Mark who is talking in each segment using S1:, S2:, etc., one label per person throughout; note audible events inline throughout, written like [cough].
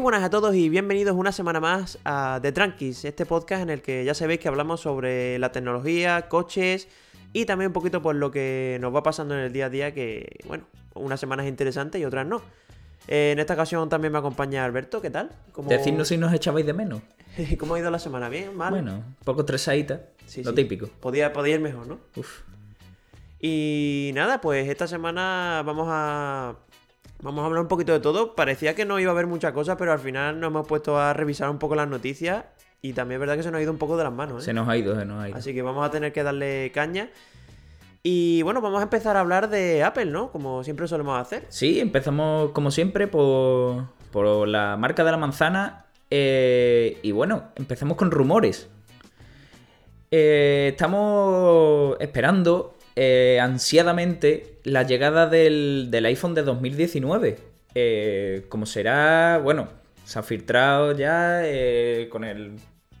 S1: buenas a todos y bienvenidos una semana más a The Tranquis, este podcast en el que ya sabéis que hablamos sobre la tecnología, coches y también un poquito por lo que nos va pasando en el día a día, que bueno, unas semanas interesantes y otras no. Eh, en esta ocasión también me acompaña Alberto, ¿qué tal?
S2: ¿Cómo... Decidnos si nos echabais de menos.
S1: [laughs] ¿Cómo ha ido la semana? ¿Bien? ¿Mal?
S2: Bueno, un poco tresadita,
S1: Ah, Sí,
S2: lo
S1: sí.
S2: típico.
S1: Podía, podía ir mejor, ¿no?
S2: Uf.
S1: Y nada, pues esta semana vamos a. Vamos a hablar un poquito de todo. Parecía que no iba a haber muchas cosas, pero al final nos hemos puesto a revisar un poco las noticias. Y también es verdad que se nos ha ido un poco de las manos, ¿eh?
S2: Se nos ha ido, se nos ha ido.
S1: Así que vamos a tener que darle caña. Y bueno, vamos a empezar a hablar de Apple, ¿no? Como siempre solemos hacer.
S2: Sí, empezamos como siempre por, por la marca de la manzana. eh, y bueno, empezamos con rumores. Eh, estamos esperando eh, ansiadamente la llegada del, del iPhone de 2019. Eh, como será, bueno, se ha filtrado ya eh, con el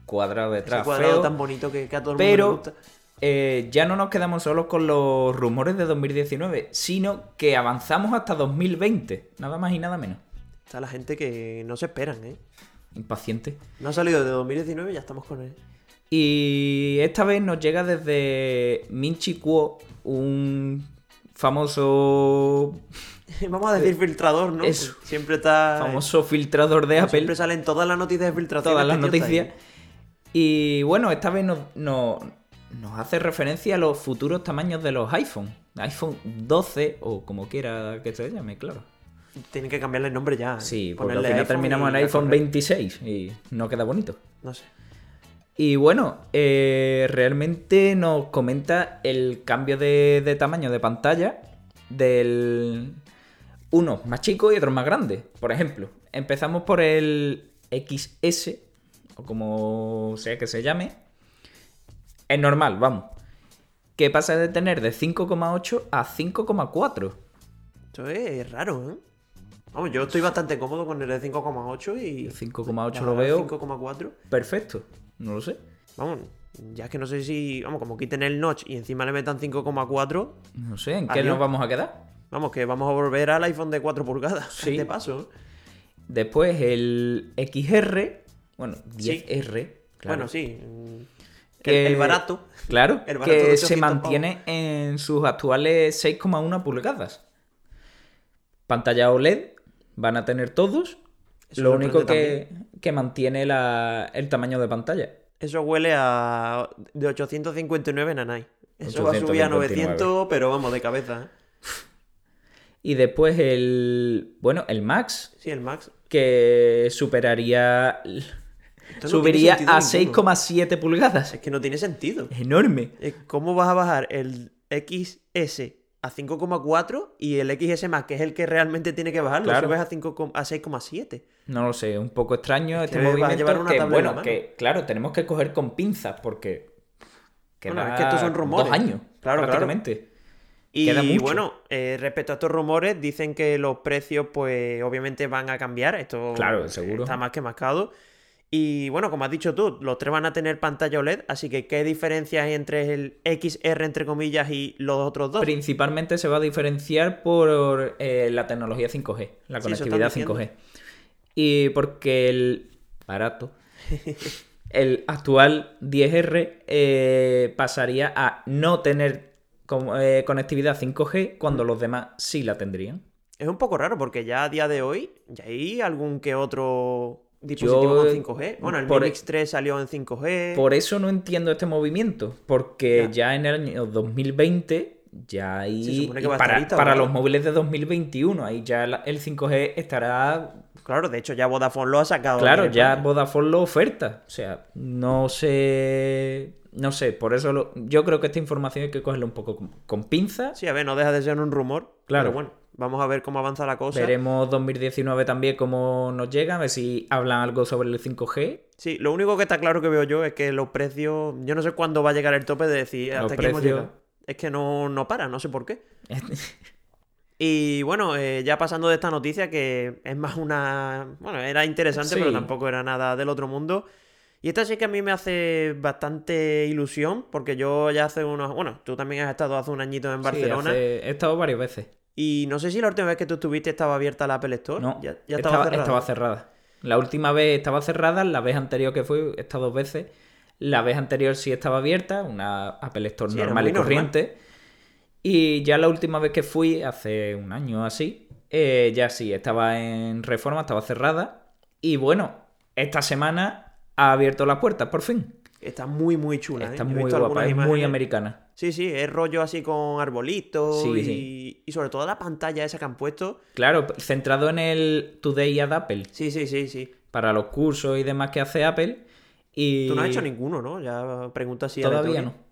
S2: cuadrado
S1: Ese
S2: detrás.
S1: cuadrado
S2: feo.
S1: tan bonito que, que a todo el mundo le
S2: Pero
S1: gusta.
S2: eh, ya no nos quedamos solos con los rumores de 2019, sino que avanzamos hasta 2020, nada más y nada menos.
S1: Está la gente que no se esperan, ¿eh?
S2: Impaciente.
S1: No ha salido de 2019 y ya estamos con él.
S2: Y esta vez nos llega desde Minchi Kuo, un famoso,
S1: [laughs] Vamos a decir filtrador, ¿no?
S2: Eh, Eso.
S1: Siempre está.
S2: famoso filtrador de Apple.
S1: Siempre salen todas las noticias de filtración.
S2: todas las
S1: este tío está
S2: noticias. Y bueno, esta vez nos, nos- nos hace referencia a los futuros tamaños de los iPhone. iPhone 12 o como quiera que se llame, claro.
S1: ahí. Tienen que cambiarle el nombre ya.
S2: Sí, porque
S1: Ponerle
S2: al final
S1: iPhone
S2: terminamos
S1: y
S2: en
S1: ya
S2: iPhone
S1: corre.
S2: 26 y no queda bonito.
S1: No sé.
S2: Y bueno, eh, realmente nos comenta el cambio de, de tamaño de pantalla del uno más chico y otro más grande. Por ejemplo, empezamos por el XS, o como sea que se llame. Es normal, vamos. Que pasa de tener de 5,8 a 5,4.
S1: Esto es raro, ¿eh? Vamos, yo estoy bastante cómodo con el de 5,8 y.
S2: El 5,8
S1: Ah,
S2: lo veo
S1: 5,4.
S2: perfecto. No lo sé.
S1: Vamos, ya es que no sé si. Vamos, como quiten el notch y encima le metan 5,4.
S2: No sé, ¿en qué
S1: Adiós.
S2: nos vamos a quedar?
S1: Vamos, que vamos a volver al iPhone de 4 pulgadas. [laughs]
S2: Sí.
S1: De paso. ¿eh?
S2: Después el XR, bueno,
S1: Sí.
S2: 10R. claro, Eh,
S1: Bueno, sí. mm,
S2: que-
S1: Que el barato.
S2: Claro,
S1: el barato de
S2: que
S1: 800
S2: se mantiene en sus actuales 6,1 pulgadas. Pantalla OLED van a tener todos.
S1: Eso
S2: lo
S1: me
S2: único
S1: sorprende
S2: que, que mantiene la- el tamaño de pantalla.
S1: Eso huele a. De 859 nanay. Eso va a subir a 900, pero vamos, de cabeza. ¿eh?
S2: Y después el, bueno, el Max,
S1: Sí, el Max.
S2: que superaría,
S1: Esto no
S2: subiría
S1: tiene sentido
S2: a
S1: ninguno.
S2: 6,7 pulgadas.
S1: Es que no tiene sentido.
S2: Es enorme.
S1: Eh, ¿Cómo vas a bajar el XS a 5,4 y el XS más, que es el que realmente tiene que bajar,
S2: Claro.
S1: lo subes a, 5, com- a 6,7?
S2: No lo sé, un poco extraño
S1: Es que
S2: este
S1: va a
S2: movimiento.
S1: llevar una
S2: que,
S1: tabla en la
S2: bueno,
S1: mano.
S2: que claro, tenemos que coger con pinzas porque.
S1: Bueno,
S2: va
S1: es que estos son rumores.
S2: Dos años,
S1: Claro, claro.
S2: prácticamente.
S1: Y
S2: Queda mucho.
S1: bueno, eh, respecto a estos rumores, dicen que los precios, pues obviamente van a cambiar. Esto
S2: Claro,
S1: eh,
S2: seguro.
S1: está más que marcado. Y bueno, como has dicho tú, los tres van a tener pantalla OLED, así que ¿qué diferencia hay entre el XR, entre comillas, y los otros dos?
S2: Principalmente se va a diferenciar por eh, la tecnología 5G, la
S1: Sí, eso están
S2: conectividad
S1: diciendo.
S2: 5G. Y porque el barato, el actual 10R eh, pasaría a no tener con- eh, conectividad 5G cuando los demás sí la tendrían.
S1: Es un poco raro porque ya a día de hoy ya hay algún que otro dispositivo
S2: Yo,
S1: con 5G. Bueno, el
S2: por- e-
S1: Mi Mix 3 salió en 5G.
S2: Por eso no entiendo este movimiento, porque
S1: Ya.
S2: ya, en el año 2020 ya hay...
S1: Se supone que
S2: y
S1: va a estar
S2: para
S1: ahorita,
S2: para
S1: ¿verdad?
S2: los móviles de 2021, ahí ya la- el 5G estará...
S1: Claro, de hecho ya Vodafone lo ha sacado.
S2: Claro,
S1: aquí en
S2: ya
S1: España.
S2: Vodafone lo oferta. O sea, no sé... No sé, por eso lo- yo creo que esta información hay que cogerla un poco con, con pinzas.
S1: Sí, a ver, no deja de ser un rumor. Claro.
S2: Claro.
S1: Pero bueno, vamos a ver cómo avanza la cosa.
S2: Veremos 2019 también cómo nos llega, a ver si hablan algo sobre el 5G.
S1: Sí, lo único que está claro que veo yo es que los precios. Yo no sé cuándo va a llegar el tope de decir hasta
S2: Los
S1: aquí hemos
S2: precios.
S1: llegado. Es que no, no para, no sé por
S2: [laughs]
S1: qué. Y bueno, eh, ya pasando de esta noticia, que es más una. Bueno, era interesante,
S2: Sí.
S1: pero tampoco era nada del otro mundo. Y esta sí que a mí me hace bastante ilusión, porque yo ya hace unos. Bueno, tú también has estado hace un añito en Barcelona.
S2: Sí, hace- he estado varias veces.
S1: Y no sé si la última vez que tú estuviste estaba abierta la Apple Store.
S2: No,
S1: ya, ya estaba, cerrada.
S2: estaba cerrada. La última vez estaba cerrada, la vez anterior que fue, estas dos veces. La vez anterior sí estaba abierta, una Apple Store
S1: Sí, era
S2: normal
S1: muy
S2: y corriente. Y ya la última vez que fui, hace un año o así, eh, ya sí, estaba en reforma, estaba cerrada. Y bueno, esta semana ha abierto las puertas, por fin.
S1: Está muy, muy chula. ¿eh?
S2: Está
S1: Yo he
S2: muy
S1: visto
S2: guapa,
S1: algunas
S2: es muy
S1: imágenes.
S2: americana.
S1: Sí, sí, es rollo así con arbolitos
S2: Sí,
S1: y,
S2: sí.
S1: y sobre todo la pantalla esa que han puesto.
S2: Claro, centrado en el Today at Apple,
S1: Sí, sí, sí, sí.
S2: para los cursos y demás que hace Apple. Y
S1: Tú no has hecho ninguno, ¿no? Ya pregunta así
S2: Todavía
S1: aleatoria.
S2: no.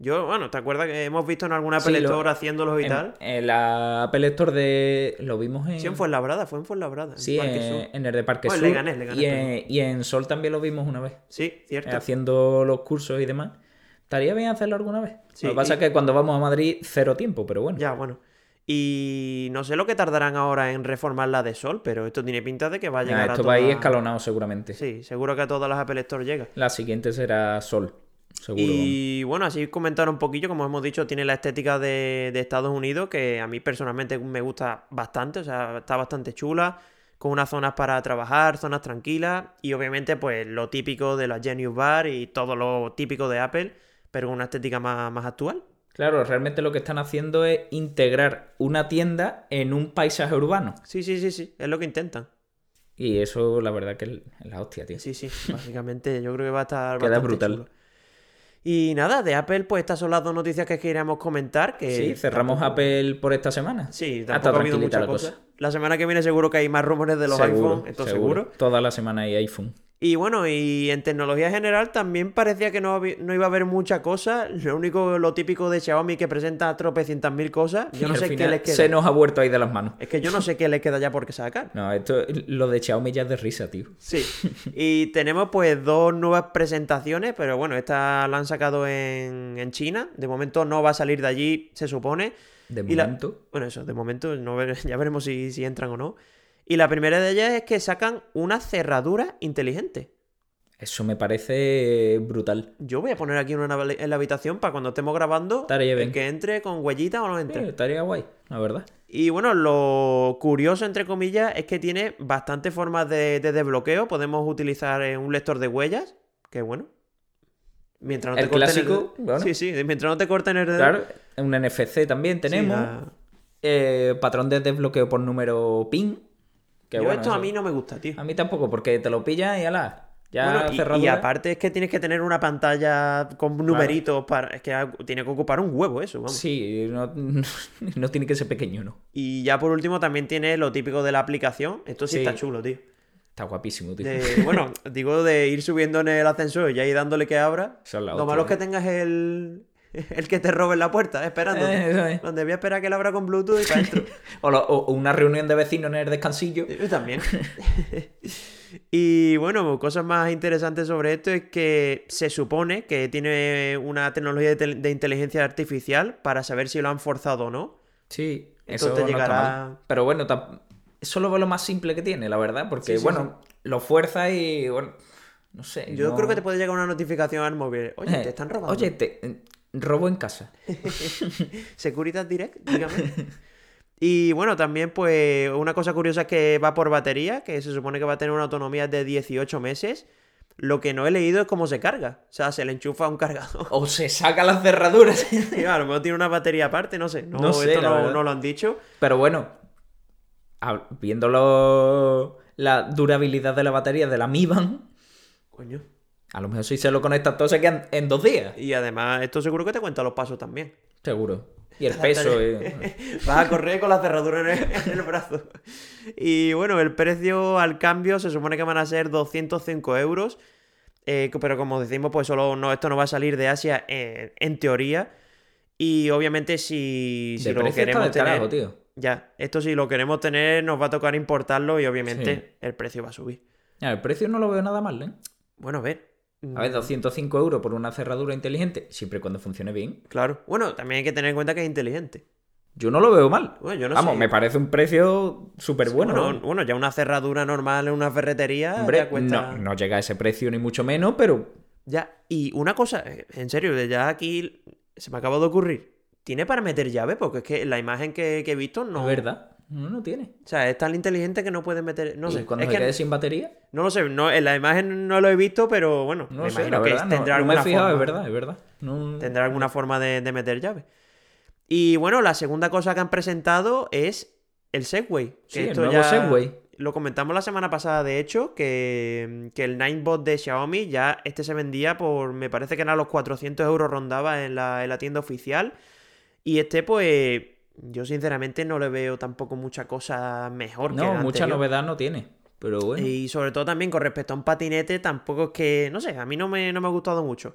S1: Yo, bueno, ¿te acuerdas que hemos visto en alguna
S2: Sí,
S1: Apple
S2: lo-
S1: Store haciéndolos y
S2: En-
S1: tal?
S2: En, la Apple Store de. Lo vimos en.
S1: Sí, en Fuenlabrada, fue en Fuenlabrada. en
S2: sí, eh,
S1: Parque
S2: en-
S1: Sur.
S2: en el de Parque
S1: Oh, en
S2: Sur.
S1: Leganés, Leganés,
S2: y, en, y en Sol también lo vimos una vez.
S1: Sí,
S2: eh,
S1: cierto.
S2: Haciendo los cursos y demás. Estaría bien hacerlo alguna vez.
S1: Sí,
S2: lo que pasa
S1: y-
S2: es que cuando vamos a Madrid, cero tiempo, pero bueno.
S1: Ya, bueno. Y no sé lo que tardarán ahora en reformar la de Sol, pero esto tiene pinta de que va a
S2: Nah,
S1: llegar a
S2: Eh, esto va a ir
S1: todas-
S2: escalonado seguramente.
S1: Sí, seguro que a todas las Apple Store llega.
S2: La siguiente será Sol. Seguro.
S1: Y bueno, así comentar un poquillo, como hemos dicho, tiene la estética de, de Estados Unidos, que a mí personalmente me gusta bastante, o sea, está bastante chula, con unas zonas para trabajar, zonas tranquilas, y obviamente pues lo típico de la Genius Bar y todo lo típico de Apple, pero con una estética más, más actual.
S2: Claro, realmente lo que están haciendo es integrar una tienda en un paisaje urbano.
S1: Sí, sí, sí, sí, es lo que intentan.
S2: Y eso, la verdad, que es la hostia, tío.
S1: Sí, sí, [laughs] básicamente yo creo que va a estar
S2: Queda
S1: bastante
S2: brutal.
S1: chulo. Y nada, de Apple pues estas son las dos noticias que queríamos comentar, que...
S2: Sí, cerramos
S1: eh, tampoco-
S2: Apple por esta semana.
S1: Sí, tampoco
S2: Ha estado
S1: ha habido
S2: Ah, tranquilita
S1: mucha
S2: la
S1: cosa.
S2: cosa.
S1: La semana que viene seguro que hay más rumores de los iPhone, esto seguro.
S2: Toda la semana hay iPhone.
S1: Y bueno, y en tecnología general también parecía que no, habi- no iba a haber mucha cosa. Lo único, lo típico de Xiaomi que presenta tropecientas mil cosas. Yo
S2: Y
S1: no
S2: al
S1: sé qué
S2: final
S1: les queda.
S2: Se nos ha vuelto ahí de las manos.
S1: Es que yo no sé qué les queda ya por qué sacar.
S2: No, esto, lo de Xiaomi ya es de risa, tío. [laughs]
S1: Sí. Y tenemos pues dos nuevas presentaciones, pero bueno, esta la han sacado en, en China. De momento no va a salir de allí, se supone.
S2: De
S1: Y la-
S2: momento.
S1: Bueno, eso, de momento no vere- [laughs] ya veremos si, si entran o no. Y la primera de ellas es que sacan una cerradura inteligente.
S2: Eso me parece brutal.
S1: Yo voy a poner aquí una nave- en la habitación para cuando estemos grabando
S2: Estaría
S1: el
S2: bien.
S1: que entre con huellita o no
S2: Eh,
S1: entre.
S2: estaría guay, la verdad.
S1: Y bueno, lo curioso, entre comillas, es que tiene bastantes formas de, de desbloqueo. Podemos utilizar eh, un lector de huellas, que bueno. Mientras no
S2: El
S1: te corten
S2: clásico, bueno.
S1: Sí, sí, mientras no te corten el dedo.
S2: Claro, un NFC también
S1: Sí,
S2: tenemos.
S1: la-
S2: eh, patrón de desbloqueo por número PIN. Que
S1: Yo
S2: bueno,
S1: esto a
S2: eso-
S1: mí no me gusta, tío.
S2: a mí tampoco, porque te lo pillas y ala. Ya
S1: Bueno, y-
S2: cerrado.
S1: y, aparte es que tienes que tener una pantalla con numeritos para. Es que ha- tiene que ocupar un huevo eso, vamos.
S2: Sí, no, [laughs] no tiene que ser pequeño, ¿no?
S1: Y ya por último también tiene lo típico de la aplicación. Esto sí,
S2: Sí.
S1: está chulo, tío.
S2: Está guapísimo, tío.
S1: De- bueno, digo de ir subiendo en el ascensor y ahí dándole que abra.
S2: Esa es la
S1: Lo
S2: hostia,
S1: malo es
S2: ¿eh?
S1: que tengas el. El que te robe en la puerta, esperando.
S2: [laughs] Eh, eso es.
S1: Donde voy a esperar a que la abra con Bluetooth y para adentro.
S2: O, lo- o- o una reunión de vecinos en el descansillo.
S1: Yo
S2: [laughs]
S1: también. [laughs] y bueno, cosas más interesantes sobre esto es que se supone que tiene una tecnología de, tel- de inteligencia artificial para saber si lo han forzado o no.
S2: Sí,
S1: Esto
S2: eso
S1: te
S2: no está
S1: llegará-
S2: mal. Pero bueno, tam- eso lo veo lo más simple que tiene, la verdad. Porque,
S1: Sí, sí,
S2: bueno, lo fuerza y, bueno, no sé.
S1: Yo
S2: no-
S1: creo que te puede llegar una notificación al móvil. Oye,
S2: Eh,
S1: te están robando.
S2: Oye, te... eh, robo en casa.
S1: Securitas Direct,
S2: [laughs]
S1: dígame. Y bueno, también pues una cosa curiosa es que va por batería, que se supone que va a tener una autonomía de 18 meses. Lo que no he leído es cómo se carga. O sea, se le enchufa a un cargador. [laughs]
S2: O se saca las cerraduras. [laughs]
S1: Y a lo mejor tiene una batería aparte, no sé. No,
S2: No sé,
S1: esto
S2: la
S1: no,
S2: verdad.
S1: no lo han dicho.
S2: Pero bueno, hab- viendo lo- la durabilidad de la batería de la Mi Band,
S1: Coño.
S2: a lo mejor si se lo conectas todo se quedan en dos días.
S1: Y además, esto seguro que te cuenta los pasos también. [laughs]
S2: Seguro. Y el peso. eh,
S1: Vas a correr con la cerradura en el, en el brazo. Y bueno, el precio al cambio se supone que van a ser 205 euros. Eh, co- pero como decimos, pues solo no, esto no va a salir de Asia eh, en teoría. Y obviamente si, si
S2: de
S1: lo
S2: precio está
S1: queremos
S2: del
S1: tener...
S2: carajo, tío.
S1: Ya, esto si lo queremos tener nos va a tocar importarlo y obviamente
S2: Sí.
S1: el precio va a subir.
S2: Ya, el precio no lo veo nada mal, ¿eh?
S1: Bueno, a ver.
S2: A
S1: Mm.
S2: ver, 205 euros por una cerradura inteligente, siempre y cuando funcione bien.
S1: Claro. Bueno, también hay que tener en cuenta que es inteligente.
S2: Yo no lo veo mal.
S1: Bueno, yo no
S2: Vamos,
S1: sé.
S2: me parece un precio súper bueno.
S1: Bueno, bueno, ya una cerradura normal en una ferretería
S2: Hombre,
S1: ya cuesta...
S2: no, no llega a ese precio ni mucho menos, pero
S1: Ya, y una cosa, eh, en serio, ya aquí se me acaba de ocurrir. ¿Tiene para meter llave? Porque es que la imagen que, que he visto no...
S2: es verdad. No, no tiene.
S1: O sea, es tan inteligente que no puede meter. No
S2: ¿Y
S1: sé.
S2: cuando
S1: es
S2: se
S1: que
S2: quede sin batería?
S1: No lo sé, no, en la imagen no lo he visto, pero bueno,
S2: No
S1: me
S2: sé,
S1: imagino
S2: la
S1: que
S2: verdad, no-
S1: tendrá
S2: no, me he
S1: alguna
S2: fijado,
S1: forma.
S2: es verdad, es verdad. No-
S1: Tendrá alguna forma de, de meter llave. Y bueno, la segunda cosa que han presentado es el Segway. que
S2: Sí, el nuevo Segway.
S1: Lo comentamos la semana pasada, de hecho, que, que el Ninebot de Xiaomi ya este se vendía por, me parece que eran los 400 euros rondaba en la, en la tienda oficial. Y este, pues, yo sinceramente no le veo tampoco mucha cosa mejor. que
S2: No,
S1: el
S2: mucha
S1: anterior.
S2: novedad no tiene. Pero bueno.
S1: Y sobre todo también con respecto a un patinete, tampoco es que, no sé, a mí no me, no me ha gustado mucho.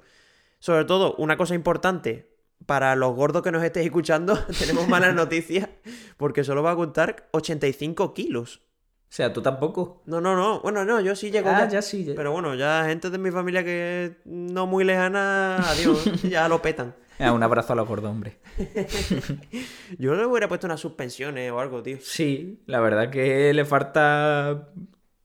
S1: Sobre todo, una cosa importante, para los gordos que nos estéis escuchando, [laughs] tenemos malas noticias, porque solo va a contar 85 kilos.
S2: O sea, tú tampoco.
S1: No, no, no, bueno, no, yo sí llego
S2: Ah,
S1: ya.
S2: ya sí. ya.
S1: Pero bueno, ya gente de mi familia que no muy lejana, adiós,
S2: [laughs]
S1: ya lo petan.
S2: Ah, un abrazo a los gordos, hombre.
S1: Yo le hubiera puesto unas suspensiones o algo, tío.
S2: Sí, la verdad que le falta.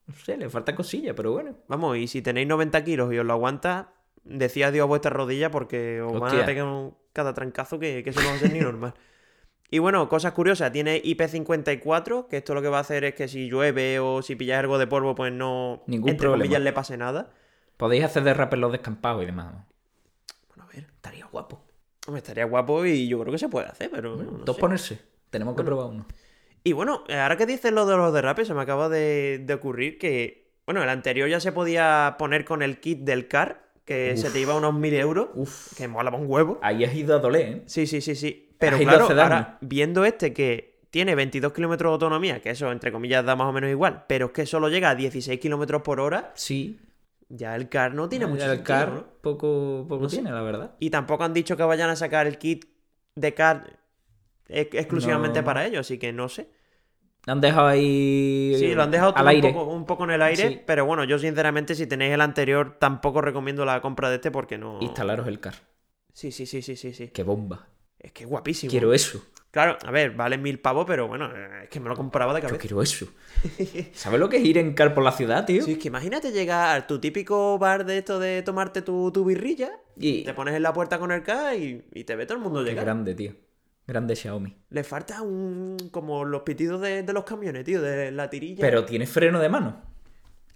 S2: No sé, le falta cosilla, pero bueno.
S1: Vamos, y si tenéis 90 kilos y os lo aguanta, decid adiós a vuestra rodilla porque os van a
S2: Hostia.
S1: pegar un- cada trancazo que, que eso no va a ser ni normal. Y bueno, cosas curiosas, tiene IP54, que esto lo que va a hacer es que si llueve o si pilláis algo de polvo, pues no
S2: Ningún
S1: entre
S2: problema.
S1: comillas, le pase nada.
S2: Podéis hacer derrapes los descampados y demás. ¿no?
S1: Bueno, a ver,
S2: Estaría guapo.
S1: hombre, estaría guapo y yo creo que se puede hacer, pero bueno, no
S2: Dos
S1: sé.
S2: ponerse. Tenemos que probar uno.
S1: Y bueno, ahora que dices lo de los derrapes, se me acaba de, de ocurrir que, bueno, el anterior ya se podía poner con el kit del car, que se te iba a unos 1000 euros,
S2: Uf.
S1: que molaba un huevo.
S2: Ahí has ido a doler, ¿eh?
S1: Sí, sí, sí, sí. Pero
S2: Has ido a
S1: claro,
S2: sedarme.
S1: ahora, viendo este que tiene 22 kilómetros de autonomía, que eso, entre comillas, da más o menos igual, pero es que solo llega a 16 kilómetros por hora,
S2: Sí.
S1: ya el car no tiene
S2: Ya
S1: mucho
S2: El
S1: sentido,
S2: car
S1: ¿no?
S2: poco, poco
S1: No sé.
S2: tiene, la verdad.
S1: Y tampoco han dicho que vayan a sacar el kit de car ex- exclusivamente
S2: No.
S1: para ello, así que no sé.
S2: Han dejado ahí.
S1: Sí, lo han dejado
S2: al
S1: todo un
S2: aire.
S1: poco, un poco en el aire,
S2: Sí.
S1: pero bueno, yo sinceramente, si tenéis el anterior, tampoco recomiendo la compra de este porque no.
S2: Instalaros el car.
S1: Sí, sí, sí, sí, sí, sí.
S2: Qué bomba.
S1: Es que es guapísimo.
S2: Quiero este. eso.
S1: Claro, a ver, vale mil pavos, pero bueno, eh, es que me lo compraba de cabeza.
S2: Yo
S1: [laughs]
S2: quiero eso. ¿Sabes lo que es ir en car por la ciudad, tío?
S1: Sí, es que imagínate llegar a tu típico bar de esto de tomarte tu, tu birrilla,
S2: Y...
S1: te pones en la puerta con el K y, y te ve todo el mundo
S2: Qué
S1: llegar.
S2: grande, tío. Grande Xiaomi.
S1: Le falta un. como los pitidos de, de los camiones, tío, de la tirilla.
S2: Pero tiene freno de mano.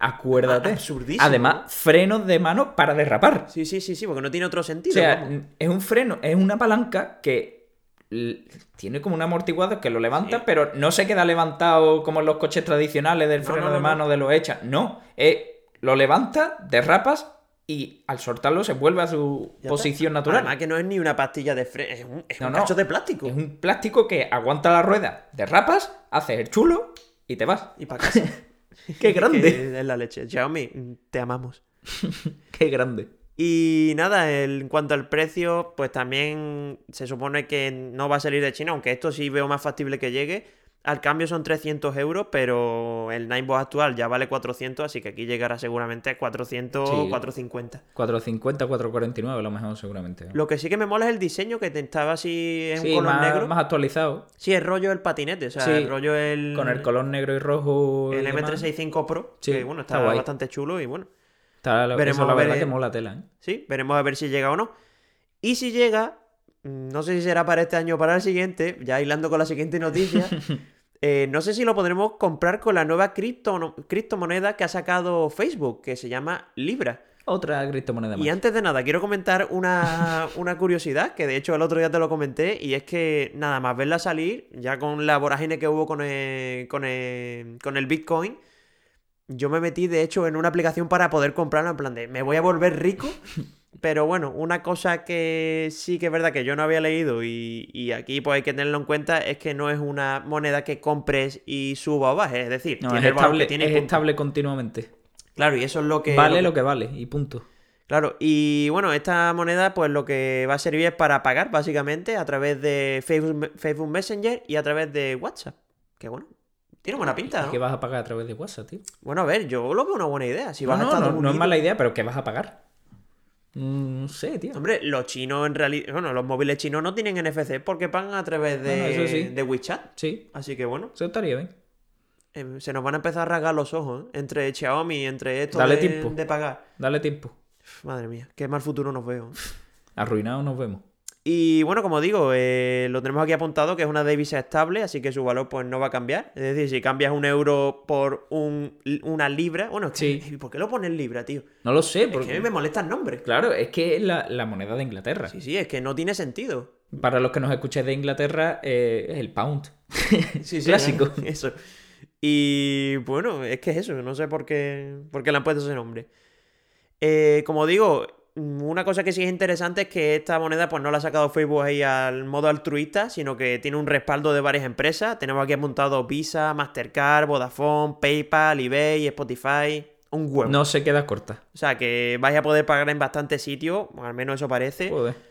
S2: Acuérdate.
S1: Ah, absurdísimo.
S2: Además, frenos de mano para derrapar.
S1: Sí, sí, sí, sí, porque no tiene otro
S2: O
S1: sentido.
S2: sea,
S1: vamos.
S2: es un freno, es una palanca que l- tiene como un amortiguador que lo levanta,
S1: Sí.
S2: pero no se queda levantado como en los coches tradicionales del
S1: No,
S2: freno
S1: no,
S2: de
S1: no,
S2: mano, de lo hecha. No, eh, lo levanta, derrapas y al soltarlo se vuelve a su
S1: Ya está.
S2: posición natural.
S1: Además que no es ni una pastilla de freno, es un, es
S2: No,
S1: un
S2: no.
S1: cacho de plástico.
S2: Es un plástico que aguanta la rueda, derrapas, haces el chulo y te
S1: [laughs]
S2: vas.
S1: Y para casa.
S2: [laughs] ¡Qué [laughs] grande!
S1: [laughs] Que es la leche. Xiaomi, te amamos.
S2: ¡Qué grande!
S1: Y nada, el- en cuanto al precio, pues también se supone que no va a salir de China, aunque esto sí veo más factible que llegue. Al cambio son 300 euros, pero el Ninebot actual ya vale 400, así que aquí llegará seguramente a 400 o
S2: Sí.
S1: 450.
S2: 450, 449 a lo mejor seguramente.
S1: Lo que sí que me mola es el diseño, que te- estaba así en
S2: Sí,
S1: un color
S2: más,
S1: negro.
S2: más actualizado.
S1: Sí, el rollo el patinete, o sea,
S2: Sí,
S1: el rollo el...
S2: Con el color negro y rojo.
S1: el
S2: y demás.
S1: M365 Pro,
S2: Sí,
S1: que bueno,
S2: está
S1: está
S2: guay.
S1: bastante chulo y bueno.
S2: Está la,
S1: Veremos
S2: eso, la
S1: a ver,
S2: verdad
S1: eh.
S2: que mola tela, ¿eh?
S1: Sí, veremos a ver si llega o no. Y si llega, mm, no sé si será para este año o para el siguiente, ya hilando con la siguiente noticia, eh, no sé si lo podremos comprar con la nueva cripto, criptomoneda que ha sacado Facebook, que se llama Libra.
S2: Otra criptomoneda más.
S1: Y antes de nada, quiero comentar
S2: [laughs]
S1: una, una curiosidad, que de hecho el otro día te lo comenté, y es que nada más verla salir, ya con la vorágine que hubo con el, con el- con el Bitcoin, yo me metí de hecho en una aplicación para poder comprarla, en plan de, me voy a volver
S2: [laughs]
S1: rico. Pero bueno, una cosa que sí que es verdad que yo no había leído y, y aquí pues hay que tenerlo en cuenta es que no es una moneda que compres y suba o baje, es decir,
S2: No, es
S1: tiene el valor que
S2: estable,
S1: tiene y
S2: es
S1: punto.
S2: estable continuamente.
S1: Claro, y eso es lo que... Eh, lo
S2: vale
S1: que-
S2: lo que vale y punto.
S1: Claro, y bueno, esta moneda pues lo que va a servir es para pagar básicamente a través de Facebook, Facebook Messenger y a través de WhatsApp. Que bueno, tiene buena pinta,
S2: ¿Y qué
S1: ¿no?
S2: vas a pagar a través de WhatsApp, tío?
S1: Bueno, a ver, yo lo veo una buena idea. Si
S2: No,
S1: vas a
S2: no,
S1: Estados
S2: no, no
S1: Unidos...
S2: es mala idea, pero ¿qué vas a pagar? Mm, No sé, tío.
S1: Hombre, los chinos en realidad... Bueno, los móviles chinos no tienen NFC porque pagan a través de,
S2: Bueno, eso sí.
S1: de WeChat.
S2: Sí,
S1: Así que bueno,
S2: eso estaría bien.
S1: eh, se nos van a empezar a rasgar los ojos ¿eh? entre Xiaomi, entre esto
S2: Dale
S1: de,
S2: tiempo.
S1: de pagar.
S2: Dale tiempo.
S1: Madre mía, qué mal futuro nos veo. ¿eh?
S2: Arruinados nos vemos.
S1: Y bueno, como digo, eh, lo tenemos aquí apuntado que es una divisa estable, así que su valor pues no va a cambiar. Es decir, si cambias un euro por un, una libra, bueno, es que- [laughs] ¿por qué lo pones libra, tío?
S2: No lo sé,
S1: Es que a
S2: porque.
S1: mí me molesta el nombre.
S2: Claro, es que es la, la moneda de Inglaterra.
S1: Sí, sí, es que no tiene sentido.
S2: Para los que nos escucháis de Inglaterra, eh, es el pound.
S1: Sí, sí,
S2: Clásico.
S1: [laughs] Eso. Y bueno, es que es eso, no sé por qué, por qué le han puesto ese nombre. Eh, como digo, una cosa que sí es interesante es que esta moneda pues no la ha sacado Facebook ahí al modo altruista, sino que tiene un respaldo de varias empresas. Tenemos aquí apuntado Visa, Mastercard, Vodafone, PayPal, eBay, Spotify, un huevo.
S2: No se queda corta.
S1: O sea, que vais a poder pagar en bastantes sitios, al menos eso parece.
S2: Joder. Y,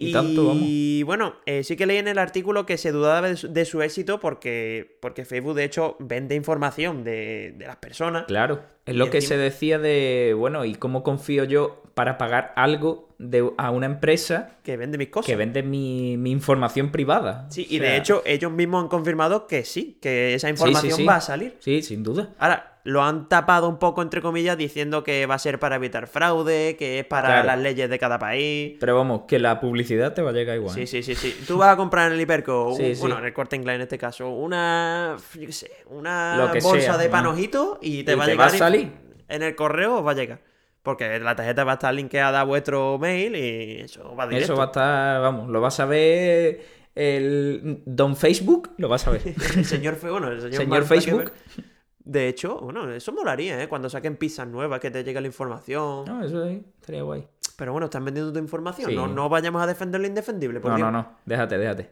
S1: Eh, Y
S2: tanto, vamos.
S1: bueno, eh, sí que leí en el artículo que se dudaba de su, de su éxito porque, porque Facebook, de hecho, vende información de, de las personas.
S2: Claro. Es
S1: Y
S2: lo que
S1: encima-
S2: se decía de, bueno, ¿y cómo confío yo para pagar algo de, a una empresa
S1: Que vende mis cosas.
S2: que vende mi, mi información privada?
S1: Sí,
S2: O
S1: y de
S2: sea,
S1: hecho, ellos mismos han confirmado que sí, que esa
S2: sí,
S1: información
S2: sí.
S1: va a salir.
S2: Sí, sin duda.
S1: Ahora, lo han tapado un poco, entre comillas, diciendo que va a ser para evitar fraude, que es para
S2: Claro.
S1: las leyes de cada país.
S2: Pero vamos, que la publicidad te va a llegar igual.
S1: Sí, sí, sí, sí. Tú vas a comprar en el Hiperco, un-
S2: Sí, sí.
S1: bueno, en el corte inglés en este caso, una, yo qué sé, una
S2: Lo que
S1: bolsa
S2: sea,
S1: de
S2: ¿no?
S1: panojito y te
S2: Y
S1: va a
S2: te
S1: llegar.
S2: va a salir.
S1: En el correo os va a llegar. Porque la tarjeta va a estar linkeada a vuestro mail y eso va directo.
S2: Eso va a estar, vamos, lo vas a ver el don Facebook, lo vas
S1: [laughs]
S2: a ver.
S1: [laughs] El señor, Fe- bueno, el señor,
S2: Señor
S1: Mark Zuckerberg.
S2: Facebook.
S1: De hecho, bueno, eso molaría, ¿eh? Cuando saquen pizzas nuevas, que te llegue la información.
S2: No, eso ahí estaría guay.
S1: Pero bueno, están vendiendo tu información.
S2: Sí.
S1: No, no vayamos a defender lo indefendible. por
S2: No,
S1: Dios.
S2: no, no, déjate, déjate.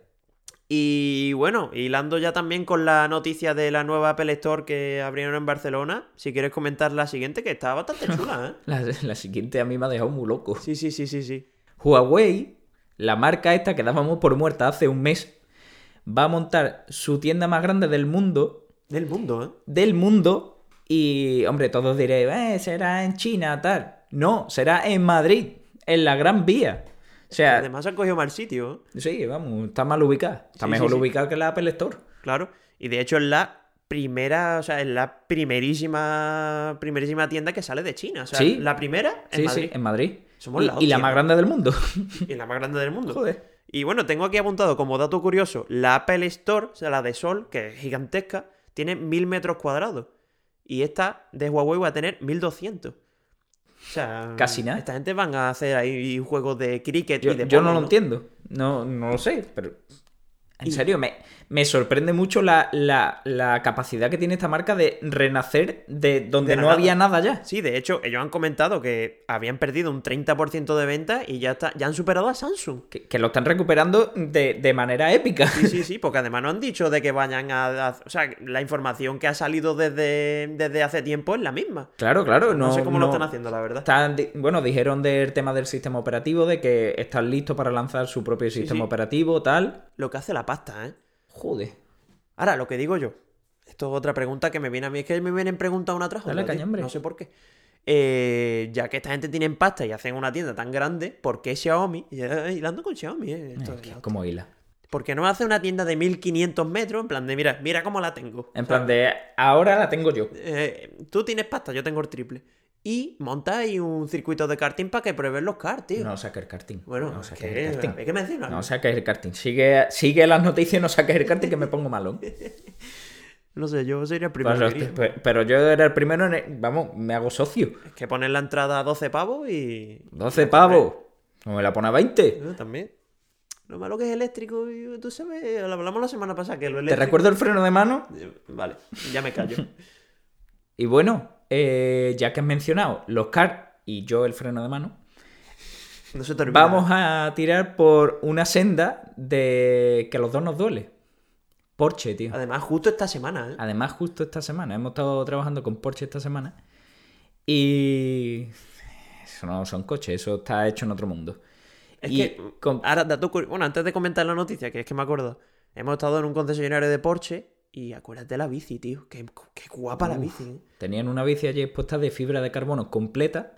S1: Y bueno, hilando ya también con la noticia de la nueva Apple Store que abrieron en Barcelona, si quieres comentar la siguiente, que está
S2: [laughs]
S1: bastante chula, ¿eh?
S2: La, la siguiente a mí me ha dejado muy loco.
S1: Sí, sí, sí, sí, sí.
S2: Huawei, la marca esta que dábamos por muerta hace un mes, va a montar su tienda más grande del mundo,
S1: Del mundo, ¿eh?
S2: del mundo, y hombre, todos diréis, "Eh, será en China, tal. No, será en Madrid, en la Gran Vía. O sea,
S1: Además han cogido mal sitio, ¿eh?
S2: sí, vamos, está mal ubicada. Está
S1: Sí,
S2: mejor
S1: sí, sí.
S2: ubicada que la Apple Store.
S1: Claro. Y de hecho es la primera, o sea, es la primerísima, primerísima tienda que sale de China. O sea,
S2: Sí.
S1: la primera en
S2: sí,
S1: Madrid.
S2: sí, en Madrid.
S1: Somos
S2: y,
S1: la
S2: y
S1: hostia.
S2: la más grande del mundo.
S1: [laughs]
S2: [laughs]
S1: Y la más grande del mundo.
S2: Joder.
S1: Y bueno, tengo aquí apuntado como dato curioso, la Apple Store, o sea, la de Sol, que es gigantesca, tiene 1000 metros cuadrados. Y esta de Huawei va a tener 1200. O sea,
S2: Casi nada.
S1: Esta gente van a hacer ahí juegos de cricket
S2: Yo,
S1: y de
S2: yo no
S1: polo,
S2: lo entiendo. No, no lo sé, pero. En
S1: Y-
S2: serio, me, me sorprende mucho la, la- la capacidad que tiene esta marca de renacer de donde
S1: De la
S2: no había nada ya.
S1: Sí, de hecho, ellos han comentado que habían perdido un 30% de ventas y ya, está, ya han superado a Samsung.
S2: Que, que lo están recuperando de, de manera épica.
S1: Sí, sí, sí, porque además no han dicho de que vayan a... a- o sea, la información que ha salido desde, desde hace tiempo es la misma.
S2: [laughs] Claro, claro. No,
S1: No, sé cómo lo
S2: no-
S1: están haciendo, la verdad.
S2: están di- bueno, dijeron del tema del sistema operativo, de que están listos para lanzar su propio sistema
S1: sí.
S2: operativo, tal.
S1: Lo que hace la pasta, ¿eh?
S2: Joder.
S1: Ahora, lo que digo yo. Esto es otra pregunta que me viene a mí. Es que me vienen preguntando una tras otra.
S2: Dale
S1: tío.
S2: caña, hombre.
S1: No sé por qué. Eh, ya que esta gente tiene pasta y hacen una tienda tan grande, ¿por qué Xiaomi? Y, eh, Hilando con Xiaomi, eh, esto es
S2: Eh,
S1: la
S2: como hila.
S1: hostia. ¿Por qué no hace una tienda de 1500 metros? En plan de, mira, mira cómo la tengo.
S2: En plan de, ahora la tengo yo.
S1: Eh, tú tienes pasta, yo tengo el triple. Y monta ahí un circuito de karting para que prueben los karts, tío.
S2: No saques el karting.
S1: bueno,
S2: no
S1: es
S2: saques
S1: que,
S2: el karting.
S1: ¿qué me decís?
S2: No saques el karting. Sigue, sigue las noticias, no saques el karting que me pongo malo.
S1: No sé, yo sería el primero.
S2: Pero,
S1: que iría.
S2: pero- pero yo era el primero en el- Vamos, me hago socio.
S1: Es que poner la entrada a 12 pavos y.
S2: 12 pavos. No me la pone a 20.
S1: Yo también. Lo malo que es eléctrico, y tú sabes, lo hablamos la semana pasada que lo
S2: Te
S1: eléctrico...
S2: recuerdo el freno de mano.
S1: Eh, Vale, ya me callo.
S2: Y bueno, eh, ya que has mencionado los car y yo el freno de mano,
S1: No se te olvide.
S2: vamos a tirar por una senda de que a los dos nos duele. Porsche, tío.
S1: Además, justo esta semana, ¿eh?
S2: Además, justo esta semana, hemos estado trabajando con Porsche esta semana y... Eso no son coches, eso está hecho en otro mundo.
S1: Es
S2: y
S1: que,
S2: con-
S1: Ahora, dato curi- Bueno, antes de comentar la noticia, que es que me acuerdo. Hemos estado en un concesionario de Porsche y acuérdate de la bici, tío. Qué, qué guapa la bici. ¿eh?
S2: Tenían una bici allí expuesta de fibra de carbono completa.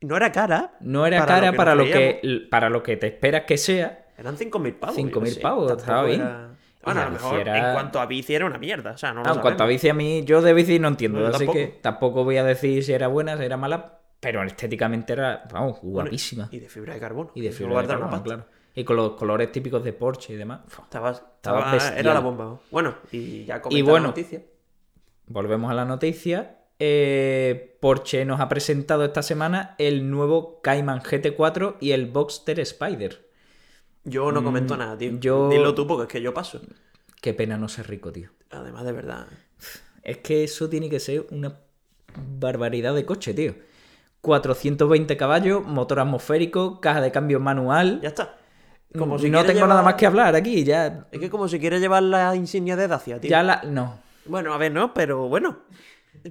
S1: Y No era cara.
S2: No era
S1: Para lo
S2: cara
S1: que
S2: para,
S1: nos
S2: lo que, para lo que te esperas que sea.
S1: Eran 5.000 pavos. yo
S2: 5.000
S1: qué sé,
S2: pavos,
S1: tampoco
S2: estaba bien.
S1: era-
S2: Y
S1: Bueno, a
S2: la
S1: lo
S2: bici
S1: mejor en
S2: era-
S1: cuanto a bici era una mierda. O sea, no lo
S2: Ah, en cuanto a
S1: sabemos.
S2: bici, a mí yo de bici no entiendo.
S1: No, yo
S2: así
S1: tampoco.
S2: que tampoco voy a decir si era buena, si era mala. Pero estéticamente era, vamos, guapísima.
S1: Y de fibra de carbono.
S2: Y de
S1: Eso
S2: fibra
S1: lo
S2: de
S1: guardaron
S2: carbono,
S1: aparte.
S2: claro. Y con los colores típicos de Porsche y demás. Fua.
S1: Estaba,
S2: Estaba
S1: estaba-
S2: bestial.
S1: era la bomba. ¿no? Bueno, y ya comenta
S2: Y bueno.
S1: la noticia.
S2: Volvemos a la noticia. Eh, Porsche nos ha presentado esta semana el nuevo Cayman GT4 y el Boxster Spider.
S1: Yo no
S2: Mm,
S1: comento nada, tío.
S2: yo-
S1: Dilo tú porque es que yo paso.
S2: Qué pena no ser rico, tío.
S1: Además, de verdad.
S2: Es que eso tiene que ser una barbaridad de coche, tío. 420 caballos, motor atmosférico, caja de cambio manual.
S1: Ya está.
S2: Mm, no
S1: quiere
S2: tengo
S1: llevar-
S2: nada más que hablar aquí, ya.
S1: Es que como si quiere llevar la insignia de Dacia, tío.
S2: Ya la. No.
S1: Bueno, a ver, no, pero bueno.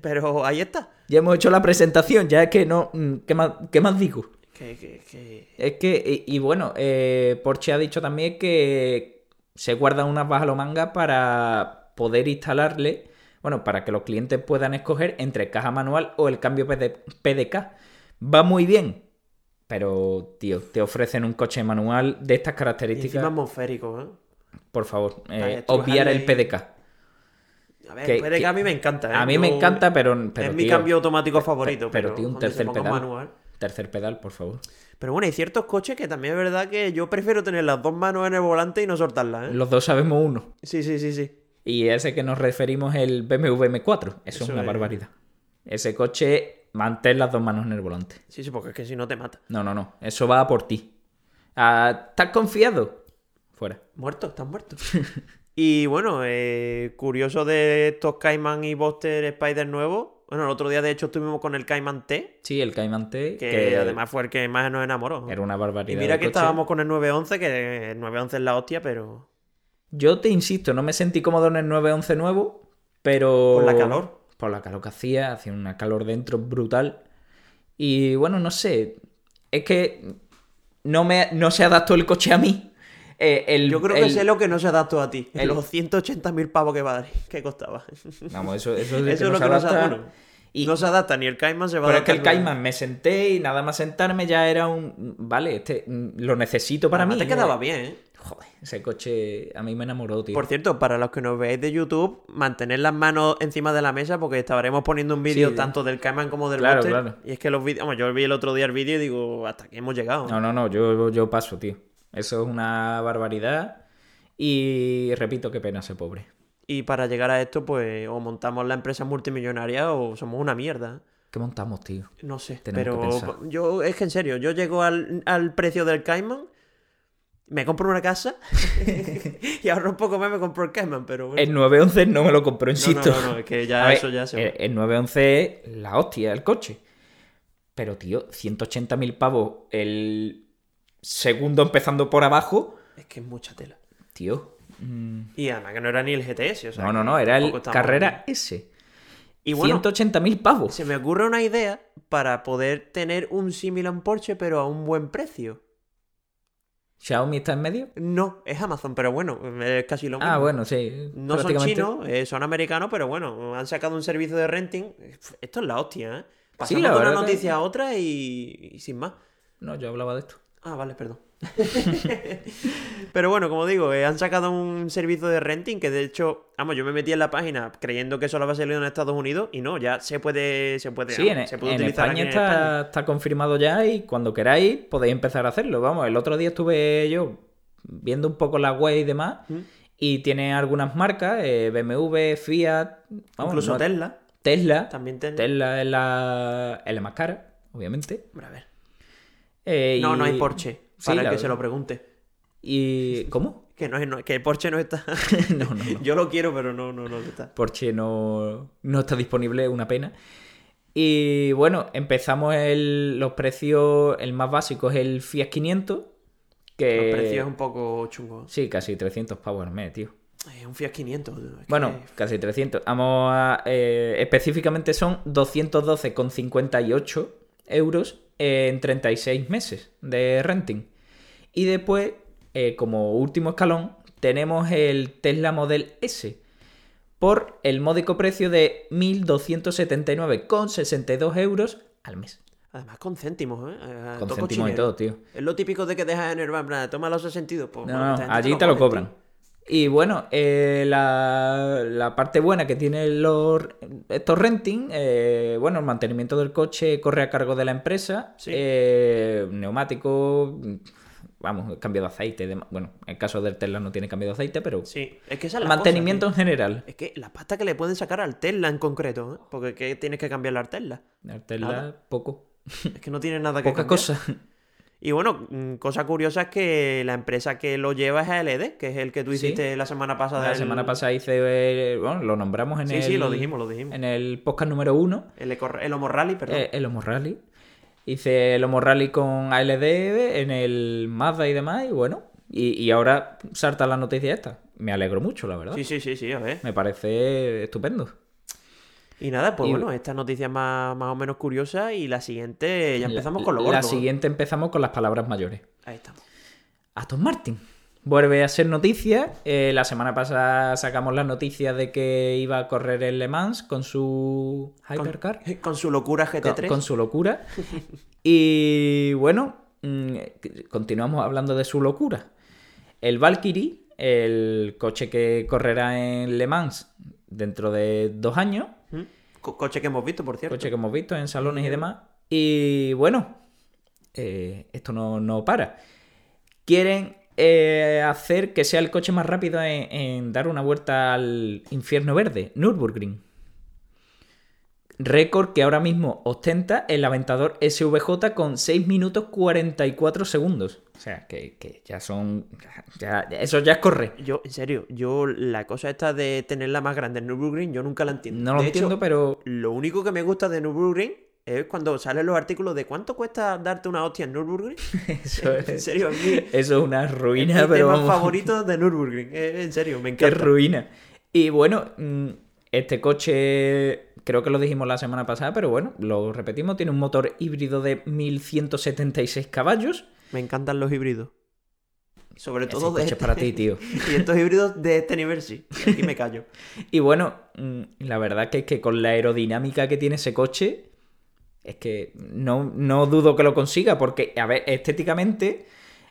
S1: Pero ahí está.
S2: Ya hemos hecho la presentación, ya es que no. mm, ¿Qué más, qué más digo?
S1: Que, que, que...
S2: Es que, y, y bueno, eh, Porsche ha dicho también que se guardan unas bajalomangas para poder instalarle, bueno, para que los clientes puedan escoger entre caja manual o el cambio PD PDK. Va muy bien, pero, tío, te ofrecen un coche manual de estas
S1: Y
S2: características.
S1: encima atmosférico, ¿eh?
S2: Por favor, eh,
S1: Vaya, tú
S2: obviar el
S1: ahí-
S2: PDK.
S1: A ver,
S2: Que-
S1: puede que,
S2: que-
S1: a mí me encanta, ¿eh?
S2: A mí me
S1: Yo-
S2: encanta, pero, pero,
S1: es mi
S2: tío,
S1: cambio automático favorito.
S2: pero,
S1: Pero,
S2: tío, un
S1: donde se
S2: tercer
S1: ponga
S2: pedal.
S1: manual.
S2: tercer pedal, por favor.
S1: Pero bueno, hay ciertos coches que también es verdad que yo prefiero tener las dos manos en el volante y no soltarlas, ¿eh?
S2: Los dos sabemos uno.
S1: Sí, sí, sí, sí.
S2: Y ese que nos referimos el BMW M4. Eso,
S1: Eso
S2: es una
S1: es.
S2: barbaridad. Ese coche, mantén las dos manos en el volante.
S1: Sí, sí, porque es que si no te mata.
S2: No, no, no. Eso va a por ti. Ah, ¿Estás confiado? Fuera.
S1: Muerto, estás
S2: [laughs]
S1: muerto. y bueno, eh, curioso de estos Cayman y Buster Spider nuevos. Bueno, el otro día de hecho estuvimos con el Cayman T,
S2: Sí, el Cayman T.
S1: que, además fue el que más nos enamoró.
S2: Era una barbaridad.
S1: Y mira
S2: de
S1: que
S2: coche.
S1: estábamos con el 911, que el 911 es la hostia, pero
S2: Yo te insisto, no me sentí cómodo en el 911 nuevo, pero.
S1: Por la calor.
S2: Por la calor que hacía, hacía una calor dentro brutal. Y bueno, no sé. Es que no, me, no se adaptó el coche a mí. Eh, el-
S1: yo creo que
S2: el-
S1: sé lo que no se adaptó a ti.
S2: el-
S1: Los 180.000 pavos que, va- [laughs] que costaba.
S2: Vamos, eso, eso,
S1: Eso es
S2: no
S1: lo
S2: se
S1: que no se
S2: adapta.
S1: adapta.
S2: Y-
S1: No se adapta, ni el Cayman se va a
S2: pero es que
S1: adaptar.
S2: el Cayman me senté y nada más sentarme ya era un. Vale, este mm, lo necesito para
S1: Además,
S2: mí.
S1: te quedaba bien, ¿eh?
S2: Joder, ese coche a mí me enamoró, tío.
S1: Por cierto, para los que nos veáis de YouTube, mantener las manos encima de la mesa porque estaremos poniendo un vídeo
S2: Sí.
S1: tanto del Cayman como del
S2: Claro,
S1: Buster.
S2: claro.
S1: Y es que los vídeos, vamos, yo vi el otro día el vídeo y digo, hasta aquí hemos llegado.
S2: No, no, no, yo, yo paso, tío. Eso es una barbaridad. Y repito, qué pena ese pobre.
S1: Y para llegar a esto, pues o montamos la empresa multimillonaria o somos una mierda.
S2: ¿Qué montamos, tío?
S1: No sé,
S2: Tenemos que pensar.
S1: pero yo es que en serio, yo llego al, al precio del Cayman, me compro una
S2: [laughs]
S1: casa [laughs] y ahora un poco más me compro el Cayman, pero bueno.
S2: El 911 no me lo compró,
S1: No, no,
S2: insisto. [laughs]
S1: no, no, es que ya
S2: A ver, eh,
S1: eso ya se...
S2: el, el 911 es la hostia el coche. Pero, tío, 180.000 pavos el segundo empezando por abajo.
S1: Es que es mucha tela.
S2: Tío. mm,
S1: Y además que no era ni el GTS, o sea...
S2: no,
S1: que
S2: no, no, era el
S1: tampoco estamos-
S2: carrera S.
S1: Y bueno,
S2: 180.000 pavos.
S1: se me ocurre una idea para poder tener un símil a un Porsche, pero a un buen precio.
S2: ¿Xiaomi está en medio?
S1: No, es Amazon, pero bueno, es casi lo mismo.
S2: Ah, bueno, sí.
S1: No son
S2: prácticamente.
S1: chinos, eh, son americanos, pero bueno, han sacado un servicio de renting. Esto es la hostia, ¿eh? Pasamos
S2: la
S1: de una
S2: verdad que-
S1: noticia a otra y, y sin más.
S2: No, yo hablaba de esto.
S1: Ah, vale, perdón. [laughs] pero bueno, como digo, eh, han sacado un servicio de renting que de hecho, vamos, yo me metí en la página creyendo que solo había salido en Estados Unidos y no, ya se puede, se puede,
S2: Sí,
S1: vamos,
S2: en, e-
S1: se puede
S2: en
S1: utilizar aquí
S2: España
S1: en
S2: está,
S1: España.
S2: está confirmado ya y cuando queráis podéis empezar a hacerlo. Vamos, el otro día estuve yo viendo un poco la web y demás
S1: ¿Mm?
S2: y tiene algunas marcas, eh, BMW, Fiat, vamos,
S1: Incluso
S2: no-
S1: Tesla
S2: Tesla.
S1: también tiene.
S2: Tesla es la, es la más cara, obviamente.
S1: Hombre, a ver.
S2: Eh,
S1: No,
S2: y-
S1: no hay Porsche.
S2: Sí,
S1: Para el
S2: la
S1: que
S2: verdad.
S1: se lo pregunte.
S2: ¿Y cómo?
S1: Que no, es- no- que el Porsche no está.
S2: [laughs] no, no, no.
S1: Yo lo quiero, pero no, no, no está.
S2: Porsche no, no está disponible, una pena. Y bueno, empezamos el- los precios, el más básico es el Fiat 500, que...
S1: Los precios un poco chungos.
S2: Sí, casi 300 pavos al mes, tío.
S1: Es un Fiat 500. es que-
S2: Bueno, casi 300. Vamos a... eh, específicamente son 212,58 euros en 36 meses de renting. Y después, eh, como último escalón, tenemos el Tesla Model S por el módico precio de 1.279,62 euros al mes.
S1: Además con céntimos, ¿eh? Eh,
S2: Con
S1: todo
S2: céntimos y
S1: cochinero.
S2: todo, tío.
S1: Es lo típico de que dejas en el bar, en plan, toma los sentidos. Pues,
S2: No,
S1: bueno,
S2: no,
S1: esta gente
S2: allí te lo
S1: coge,
S2: cobran. Y bueno, eh, la, la parte buena que tienen los, estos renting, eh, bueno, el mantenimiento del coche corre a cargo de la empresa,
S1: Sí.
S2: eh, neumático, vamos, cambio de aceite. de- bueno, en el caso del Tesla no tiene cambio de aceite, pero
S1: Sí, es que esa es la
S2: mantenimiento
S1: cosa,
S2: en general.
S1: tío. es que la pasta que le pueden sacar al Tesla en concreto, ¿eh? porque que tienes que cambiar la
S2: [laughs]
S1: Tesla.
S2: El Tesla,
S1: Nada.
S2: poco.
S1: Es que no tiene nada que
S2: Poca
S1: cambiar.
S2: cosa.
S1: Y bueno, mm, cosa curiosa es que la empresa que lo lleva es ALD, que es el que tú
S2: Sí.
S1: hiciste la semana pasada.
S2: La
S1: el-
S2: semana pasada hice. eh, Bueno, lo nombramos en
S1: Sí,
S2: el.
S1: sí, lo dijimos, lo dijimos.
S2: En el podcast número uno.
S1: El, eco- el Homo Rally, perdón.
S2: Eh, el Homo Rally. Hice el Homo Rally con ALD E en el Mazda y demás, y bueno. Y, y ahora salta la noticia esta. Me alegro mucho, la verdad.
S1: sí, sí, sí, sí, a ver.
S2: Me parece estupendo.
S1: Y nada, pues
S2: Y-
S1: bueno, esta noticia es más, más o menos curiosa y la siguiente ya empezamos con lo gordo.
S2: La siguiente empezamos con las palabras mayores.
S1: Ahí estamos. [laughs]
S2: Aston Martin. Vuelve a ser noticia. Eh, la semana pasada sacamos la noticia de que iba a correr el Le Mans con su Hypercar.
S1: Con, con su locura
S2: con,
S1: GT3.
S2: con su locura. Y bueno, mm, continuamos hablando de su locura. El Valkyrie, el coche que correrá en Le Mans dentro de dos años,
S1: ¿Mm? Co- coche que hemos visto, por cierto.
S2: coche que hemos visto en salones y demás. Y bueno, eh, esto no, no para. Quieren eh, hacer que sea el coche más rápido en, en dar una vuelta al infierno verde, Nürburgring. Récord que ahora mismo ostenta el aventador SVJ con 6 minutos 44 segundos. O sea, que, que ya son. ya- ya- eso ya es correr.
S1: Yo, en serio, yo la cosa esta de tenerla más grande en Nürburgring, yo nunca la entiendo.
S2: No lo
S1: De hecho, [laughs]
S2: entiendo, pero.
S1: Lo único que me gusta de Nürburgring es cuando salen los artículos de cuánto cuesta darte una hostia en
S2: [laughs]
S1: Nürburgring.
S2: Eso
S1: en
S2: es,
S1: serio, a mí
S2: eso es una
S1: es mi
S2: ruina, pero.
S1: tema
S2: vamos.
S1: favorito de Nürburgring. Eh, En serio, me
S2: Qué
S1: encanta.
S2: ruina. Y bueno, mm, este coche, creo que lo dijimos la semana pasada, pero bueno, lo repetimos, tiene un motor híbrido de 1176 caballos.
S1: Me encantan los híbridos. Sobre
S2: Ese
S1: todo de
S2: coche es
S1: este.
S2: para ti, tío.
S1: [laughs] y estos híbridos de este nivel sí. Y aquí me callo.
S2: Y bueno, mm, la verdad que es que con la aerodinámica que tiene ese coche, es que no, no dudo que lo consiga, porque, a ver, estéticamente,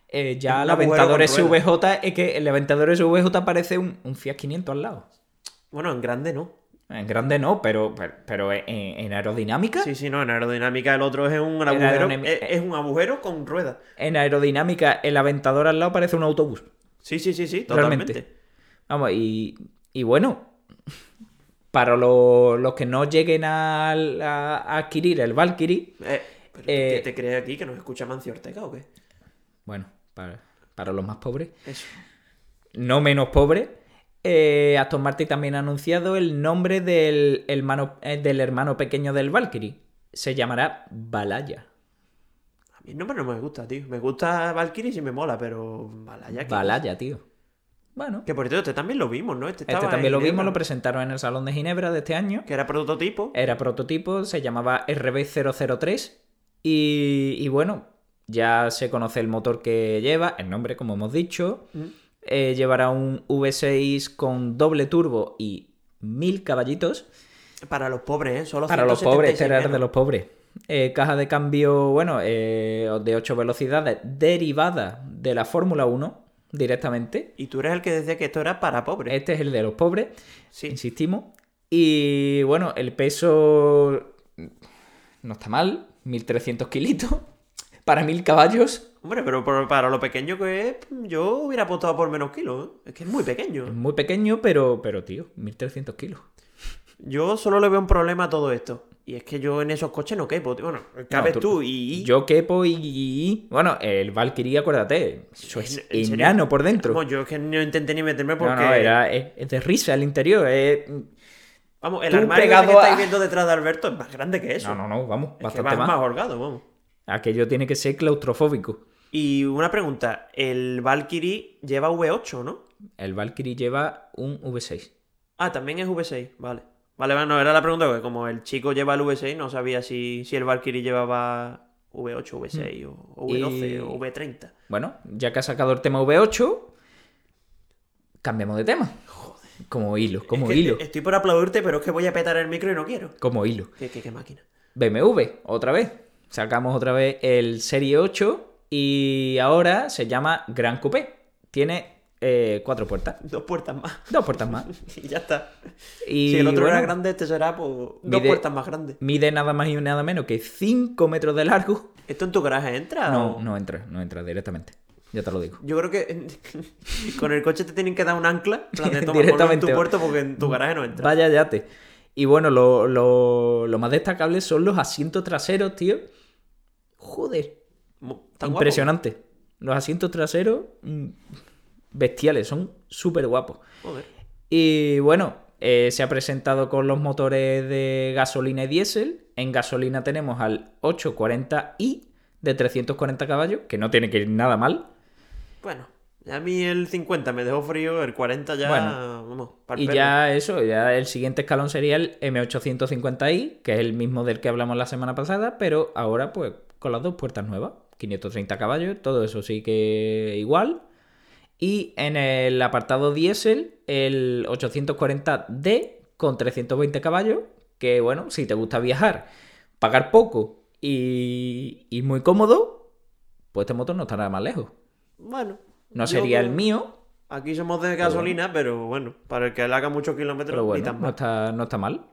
S2: eh, ya
S1: Es
S2: el
S1: un agujero
S2: aventador
S1: con ruedas.
S2: SVJ, es que el aventador SVJ parece un, un Fiat 500 al lado.
S1: Bueno, en grande no.
S2: En grande no, pero, pero, pero en, en aerodinámica.
S1: Sí, sí, no, en aerodinámica el otro es un agujero.
S2: aerodinami-
S1: Es, es un agujero con ruedas.
S2: En aerodinámica, el aventador al lado parece un autobús.
S1: Sí, sí, sí, sí,
S2: Realmente.
S1: totalmente.
S2: Vamos, y, y bueno, para lo- los que no lleguen al- a, a adquirir el Valkyrie,
S1: Eh, ¿pero
S2: Eh,
S1: ¿Qué te crees aquí que nos escucha Mancio Ortega o qué?
S2: bueno, para, para los más pobres,
S1: Eso.
S2: no menos pobres, eh, Aston Martin también ha anunciado el nombre del hermano, eh, del hermano pequeño del Valkyrie. Se llamará Balaya.
S1: A mí el nombre no me gusta, tío. Me gusta Valkyrie si me mola, pero Balaya. ¿qué?
S2: Balaya, tío. Bueno,
S1: Que por cierto, este también lo vimos, ¿no? Este,
S2: este
S1: estaba
S2: también
S1: en
S2: lo vimos, lo Eh,
S1: Ginebra,
S2: presentaron en el Salón de Ginebra de este año.
S1: Que era prototipo.
S2: Era prototipo, se llamaba RB003 y, y bueno, ya se conoce el motor que lleva, el nombre como hemos dicho.
S1: Mm.
S2: Eh, llevará un V6 con doble turbo y 1000 caballitos.
S1: Para los pobres, ¿eh? Solo
S2: Para los pobres, este
S1: 176
S2: era el de
S1: menos.
S2: los pobres. Eh, caja de cambio, bueno, eh, de 8 velocidades, derivada de la Fórmula 1 directamente.
S1: Y tú eres el que decía que esto era para pobres.
S2: Este es el de los pobres
S1: Sí.
S2: insistimos. Y bueno, el peso no está mal, 1300 kilitos [laughs] para 1000 caballos,
S1: Hombre, pero por- para lo pequeño que es, yo hubiera apostado por menos kilos. ¿eh? Es que es muy
S2: es
S1: pequeño.
S2: muy pequeño, pero, pero tío, 1300 kilos.
S1: Yo solo le veo un problema a todo esto. Y es que yo en esos coches no quepo. tío. Bueno, cabes
S2: tú-
S1: tú, y...
S2: Yo quepo y, y- bueno, el Valkyrie, acuérdate, eso es
S1: En- en serio.
S2: enano por dentro.
S1: Vamos, yo es que no intenté ni meterme
S2: No,
S1: porque...
S2: no, era, es, es de risa el interior. es-
S1: Vamos, el
S2: tú
S1: armario ese
S2: pegado
S1: que estáis
S2: a-
S1: viendo detrás de Alberto es más grande que eso.
S2: no, no, no, vamos,
S1: Es que va
S2: bastante más.
S1: más holgado, vamos.
S2: Aquello tiene que ser claustrofóbico.
S1: Y una pregunta, el Valkyrie lleva V8, ¿no?
S2: El Valkyrie lleva un V6.
S1: Ah, también es V6, vale. Vale, vale, no, era la pregunta porque como el chico lleva el V6, no sabía si, si el Valkyrie llevaba V8, V6 o, o V12
S2: Mm. Y-
S1: o V30.
S2: Bueno, ya que has sacado el tema V8, cambiamos de tema. Como hilo, como
S1: Es que
S2: hilo,
S1: Estoy por aplaudirte, pero es que voy a petar el micro y no quiero.
S2: como hilo.
S1: Qué, qué, qué máquina.
S2: BMW, otra vez. Sacamos otra vez el Serie 8 y ahora se llama Gran Coupé. Tiene eh, cuatro puertas,
S1: Dos puertas más. [laughs]
S2: dos puertas más.
S1: y ya está.
S2: Y
S1: si el otro era
S2: bueno,
S1: grande, este será pues, dos
S2: mide-
S1: puertas más grande.
S2: Mide nada más y nada menos que 5 metros de largo.
S1: ¿Esto en tu garaje entra?
S2: No,
S1: o-
S2: no entra, no entra directamente. Ya te lo digo.
S1: Yo creo que [laughs] con el coche te tienen que dar un ancla. en plan de, toma, ponlo en
S2: Directamente.
S1: tu puerto porque en tu garaje no entra.
S2: Vaya yate. Y bueno, lo, lo- lo más destacable son los asientos traseros, tío. Joder.
S1: Mu- tan guapo.
S2: impresionante. Los asientos traseros mm, bestiales, son súper guapos.
S1: Joder.
S2: Y bueno, eh, se ha presentado con los motores de gasolina y diésel. En gasolina tenemos al 840i de 340 caballos, que no tiene que ir nada mal.
S1: Bueno, a mí el 50 me dejó frío, el 40 ya.
S2: Bueno,
S1: vamos, pa'l
S2: Y
S1: perro.
S2: ya eso, ya el siguiente escalón sería el M850i, que es el mismo del que hablamos la semana pasada, pero ahora pues con las dos puertas nuevas, 530 caballos, todo eso sí que igual. Y en el apartado diésel, el 840D con 320 caballos, que bueno, si te gusta viajar, pagar poco y, y muy cómodo, pues este motor no está nada más lejos.
S1: Bueno.
S2: No
S1: yo
S2: sería el
S1: creo-
S2: mío,
S1: Aquí somos de gasolina, pero bueno, para el que le haga muchos kilómetros,
S2: pero
S1: ni
S2: bueno,
S1: tan
S2: no
S1: mal.
S2: está, no está mal.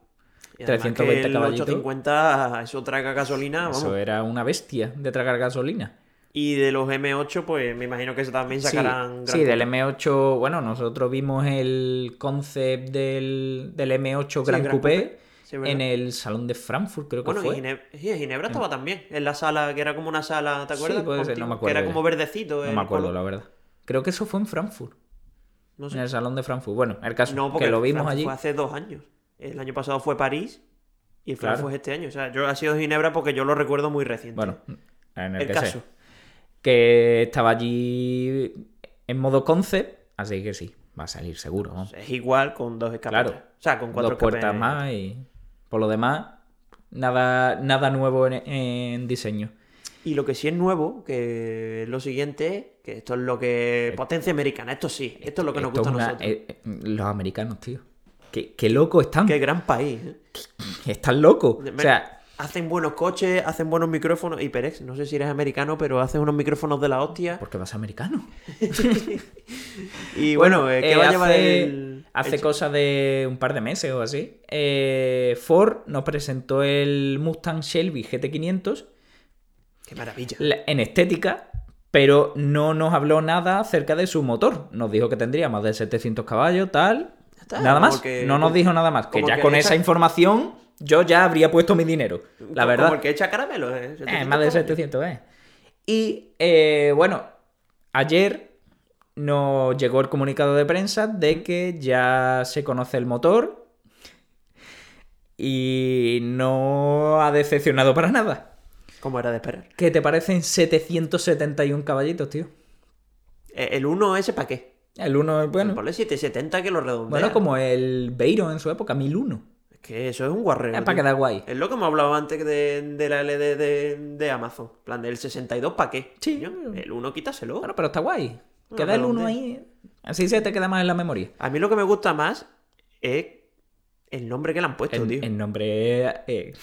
S1: Y además
S2: 320
S1: que el
S2: caballitos.
S1: 850, eso traga gasolina, vamos.
S2: Eso era una bestia de tragar gasolina.
S1: Y de los M8, pues me imagino que eso también
S2: Sí,
S1: sacarán. gran
S2: sí, del
S1: cosa.
S2: M8, bueno, nosotros vimos el concept del, del M8 Gran
S1: Gran
S2: Coupé,
S1: Sí, es verdad.
S2: en el Salón de Frankfurt, creo que
S1: Bueno, y
S2: fue.
S1: Ginebra, sí, en Ginebra estaba también, en la sala, que era como una sala, ¿te
S2: Sí,
S1: acuerdas?
S2: puede ser, no me
S1: Que
S2: acuerdo
S1: era
S2: ya.
S1: como verdecito.
S2: No
S1: el
S2: me acuerdo,
S1: color.
S2: la verdad. Creo que eso fue en Frankfurt,
S1: No
S2: en
S1: sé.
S2: el Salón de Frankfurt. Bueno, el caso
S1: No, porque
S2: que lo vimos
S1: Frankfurt
S2: allí.
S1: fue hace dos años. El año pasado fue París y el
S2: Claro.
S1: Frankfurt es este año. O sea, yo ha sido Ginebra porque yo lo recuerdo muy reciente.
S2: Bueno, en el,
S1: el
S2: que
S1: caso.
S2: sea. Que estaba allí en modo concept, así que sí, va a salir seguro. ¿no?
S1: Es igual con dos escapes.
S2: Claro.
S1: O sea, con cuatro
S2: dos puertas
S1: escapes.
S2: más y por lo demás nada nada nuevo en, en diseño
S1: Y lo que sí es nuevo, que es lo siguiente, que esto es lo que. Potencia americana, esto sí, esto es lo que nos
S2: Eh, Esto es
S1: gusta a
S2: una-
S1: nosotros.
S2: eh, eh, los americanos tío qué, qué locos están
S1: Qué gran país. ¿eh?
S2: están locos
S1: De-
S2: o sea
S1: Hacen buenos coches, hacen buenos micrófonos. Y Perex, no sé si eres americano, pero hacen unos micrófonos de la hostia.
S2: ¿por qué vas americano
S1: Y bueno, eh, ¿qué
S2: eh,
S1: va a
S2: hace,
S1: llevar el.
S2: hace
S1: el-
S2: cosa de un par de meses o así eh, Ford nos presentó el Mustang Shelby GT500
S1: Qué maravilla.
S2: la- en estética, pero no nos habló nada acerca de su motor. Nos dijo que tendría más de 700 caballos, tal.
S1: está,
S2: nada
S1: como
S2: más.
S1: que-
S2: no nos
S1: como-
S2: dijo nada más. Que
S1: como
S2: ya
S1: que
S2: con
S1: esa-
S2: esa información yo ya habría puesto mi dinero. La
S1: Como
S2: verdad.
S1: el que echa caramelo, ¿eh?
S2: Eh, más de
S1: 700
S2: 700, eh. Y eh, bueno, ayer nos llegó el comunicado de prensa de que ya se conoce el motor y no ha decepcionado para nada.
S1: Como era de esperar.
S2: ¿Qué te parecen 771 caballitos, tío?
S1: Eh, El 1 ese para qué?
S2: El 1, bueno,
S1: Ponle 770 que lo redondea.
S2: bueno como el Beiro en su época, 1001.
S1: Es que eso es un guarreo.
S2: Es
S1: tío.
S2: para Eh, quedar guay.
S1: Es lo que hemos hablado antes de, de la LD de, de Amazon. En plan, del 62 para qué?
S2: Sí.
S1: Coño, El 1 quítaselo.
S2: Bueno, pero está guay.
S1: Bueno,
S2: Queda el 1
S1: redondea.
S2: ahí. Así se te queda más en la memoria.
S1: A mí lo que me gusta más es el nombre que le han puesto,
S2: El,
S1: tío.
S2: el nombre es eh,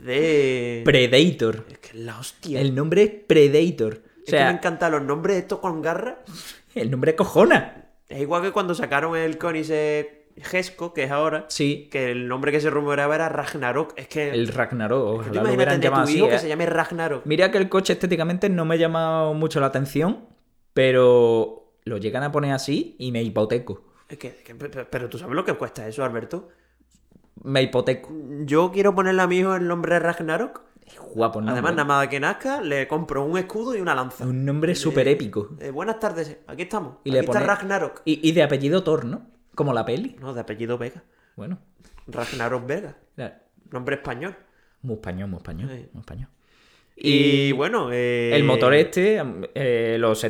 S1: De...
S2: Predator.
S1: Es que es la hostia.
S2: El nombre es Predator. O
S1: Es que me
S2: sea,
S1: encantan los nombres estos con garra.
S2: el nombre cojona.
S1: Es igual que cuando sacaron el Koenigsegg Gesco, que es ahora,
S2: Sí,
S1: que el nombre que se rumoraba era Ragnarok. Es que...
S2: el Ragnarok.
S1: ¿Tú
S2: Ojalá lo hubieran
S1: tener
S2: llamado
S1: tu
S2: así.
S1: hijo
S2: eh.
S1: que se llame Ragnarok?
S2: Mira que el coche estéticamente no me ha llamado mucho la atención, pero lo llegan a poner así y me hipoteco.
S1: Es que, que- pero pero tú sabes lo que cuesta eso, Alberto.
S2: Me hipoteco.
S1: Yo quiero ponerle a mi hijo el nombre Ragnarok.
S2: Es guapo, ¿no?
S1: Además, nada más que nazca, le compro un escudo y una lanza.
S2: Un nombre súper épico.
S1: Eh, buenas tardes, aquí estamos. aquí
S2: Y le
S1: está
S2: pone-
S1: Ragnarok.
S2: Y, y de apellido Thor, ¿no? Como la peli.
S1: No, de apellido Vega.
S2: Bueno,
S1: Ragnarok Vega.
S2: era
S1: Nombre español.
S2: muy español, muy español,
S1: Sí.
S2: muy español.
S1: Y,
S2: Y
S1: bueno, eh,
S2: El motor este, eh, los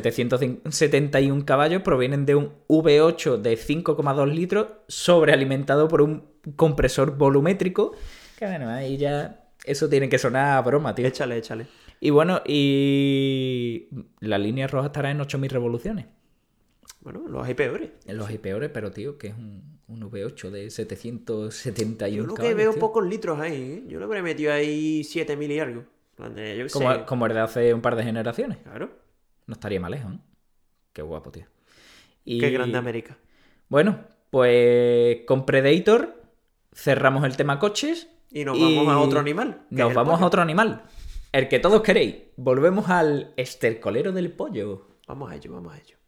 S2: 771 caballos, provienen de un V8 de 5,2 litros sobrealimentado por un compresor volumétrico. Que bueno, ahí ya... Eso tiene que sonar a broma, tío.
S1: Échale, échale.
S2: Y bueno, y... La línea roja estará en 8.000 revoluciones.
S1: Bueno, los hay peores.
S2: En los hay peores, pero tío, que es un, un V8 de 771
S1: Yo lo que
S2: caballos,
S1: veo
S2: tío.
S1: pocos litros ahí. ¿eh? Yo lo habré metido ahí 7000 y algo. En plan de, Yo qué sé.
S2: Como, como el de hace un par de generaciones.
S1: Claro.
S2: No estaría más lejos, ¿no? Qué guapo, tío. Y-
S1: Qué grande América.
S2: Bueno, pues con Predator cerramos el tema coches.
S1: Y nos
S2: y
S1: vamos a otro animal. que es
S2: Nos
S1: el
S2: vamos
S1: pollo.
S2: a otro animal. El que todos queréis. Volvemos al estercolero del pollo.
S1: Vamos a ello, vamos a ello.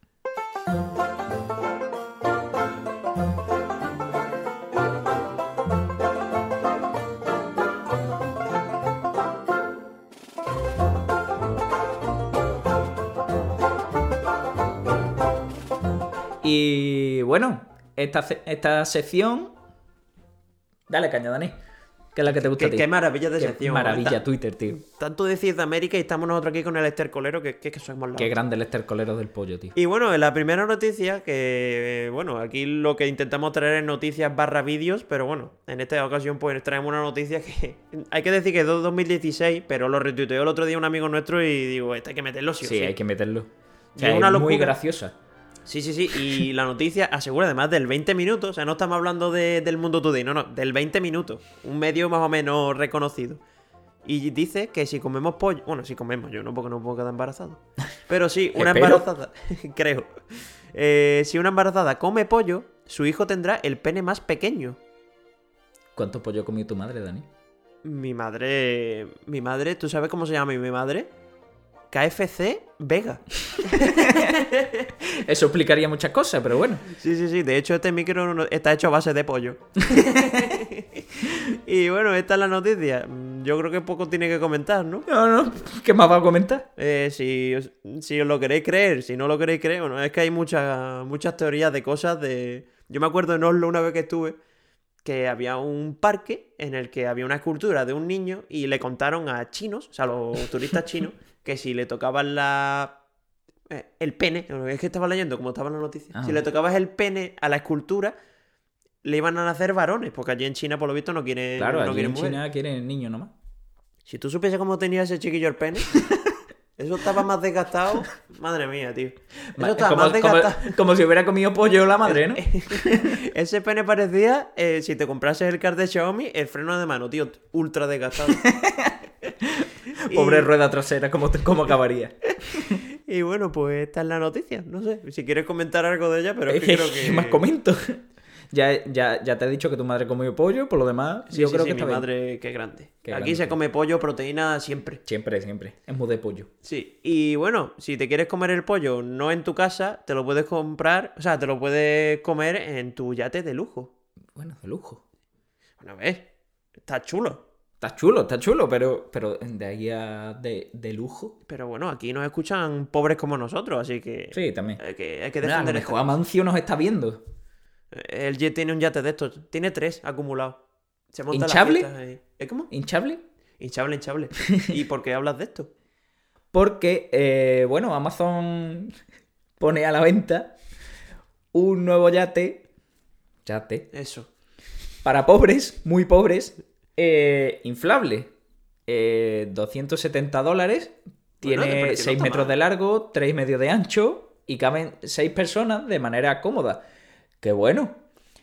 S2: Y bueno, esta, ce- esta sección. Dale caña, Dani. Que es la que te gusta
S1: Qué,
S2: a ti.
S1: qué maravilla de
S2: Qué
S1: sección.
S2: maravilla
S1: Ta-
S2: Twitter, tío.
S1: Tanto decir de América y estamos nosotros aquí con el estercolero que, que, que somos la
S2: Qué grande el estercolero del pollo, tío.
S1: Y bueno, en la primera noticia, que eh, bueno, aquí lo que intentamos traer es noticias barra vídeos, pero bueno, en esta ocasión pues traemos una noticia que [laughs] hay que decir que es de 2016, pero lo retuiteó el otro día un amigo nuestro y digo, esta hay que meterlo sí o
S2: Sí,
S1: sí.
S2: hay que meterlo. O
S1: Y
S2: sea,
S1: es una
S2: es muy
S1: locura.
S2: graciosa.
S1: Sí, sí, sí, y la noticia asegura además del 20 minutos, o sea, no estamos hablando de- del Mundo Today, no, no, del 20 minutos, un medio más o menos reconocido. Y dice que si comemos pollo, bueno, si comemos yo, no porque no puedo quedar embarazado. Pero sí, una
S2: Espero.
S1: embarazada, [laughs] creo. Eh, si una embarazada come pollo, su hijo tendrá el pene más pequeño.
S2: ¿Cuánto pollo comió tu madre, Dani?
S1: Mi madre, mi madre, ¿tú sabes cómo se llama mi madre? KFC Vega.
S2: Eso explicaría muchas cosas, pero bueno.
S1: Sí, sí, sí. De hecho, este micro no- está hecho a base de pollo. [laughs] y bueno, esta es la noticia. Mm, Yo creo que poco tiene que comentar, ¿no?
S2: No, no, ¿qué más va a comentar?
S1: Eh, si, os, si os lo queréis creer, si no lo queréis creer, bueno, es que hay muchas, muchas teorías de cosas de... Yo me acuerdo en Oslo una vez que estuve, que había un parque en el que había una escultura de un niño y le contaron a chinos, o sea, a los [laughs] turistas chinos, que si le tocaban la... eh, el pene, no, es que estaba leyendo como estaba en la noticia,
S2: Ah.
S1: si le tocabas el pene a la escultura, le iban a nacer varones, porque allí en China por lo visto no quieren,
S2: Claro,
S1: Eh, no
S2: allí
S1: quieren
S2: en
S1: mujeres.
S2: China quieren niños nomás.
S1: Si tú supieses cómo tenía ese chiquillo el
S2: [laughs]
S1: pene, eso estaba más desgastado. Madre mía, tío. Eso estaba
S2: como,
S1: más
S2: como-
S1: desgastado.
S2: [laughs] como si hubiera comido pollo la madre, ¿no?
S1: Ese pene parecía, eh, si te comprases el car de Xiaomi, el freno de mano, tío. Ultra desgastado. [laughs] Y-
S2: [laughs] Pobre rueda trasera, ¿cómo, te- cómo acabaría?
S1: Y bueno, pues esta es la noticia. No sé, si quieres comentar algo de ella, [laughs] pero es
S2: Es
S1: que
S2: [laughs] que,
S1: creo
S2: ¿qué
S1: que...
S2: más comento? Ya, ya, ya te he dicho que tu madre comió pollo, por lo demás,
S1: Sí,
S2: yo
S1: sí,
S2: creo
S1: sí,
S2: que
S1: mi
S2: está bien.
S1: madre, qué grande.
S2: Qué
S1: Aquí
S2: grande,
S1: se
S2: tío.
S1: come pollo, proteína, siempre.
S2: Siempre, siempre. Es muy de pollo.
S1: Sí, y bueno, si te quieres comer el pollo no en tu casa, te lo puedes comprar, o sea, te lo puedes comer en tu yate de lujo.
S2: Bueno, de lujo.
S1: Bueno, ves, está chulo.
S2: Está chulo, está chulo, pero, pero de ahí a de, de lujo.
S1: Pero bueno, aquí nos escuchan pobres como nosotros, así que
S2: Sí, también.
S1: hay que, hay que
S2: Mira, a lo
S1: defender
S2: mejor Amancio nos está viendo.
S1: esto. El Jet tiene un yate de estos, tiene tres acumulados. Se monta las
S2: ¿Hinchable?
S1: fiestas ahí. ¿Es como?
S2: ¿Hinchable?
S1: Hinchable, hinchable. ¿Y por qué hablas de esto?
S2: Porque, eh, bueno, Amazon [laughs] pone a la venta un nuevo yate. Yate.
S1: Eso.
S2: Para pobres, muy pobres. eh, inflable. Eh, 270 dólares.
S1: Bueno, de
S2: Tiene
S1: precio no
S2: 6
S1: está
S2: metros
S1: mal.
S2: de largo, 3 y medio de ancho. Y caben 6 personas de manera cómoda. Qué bueno.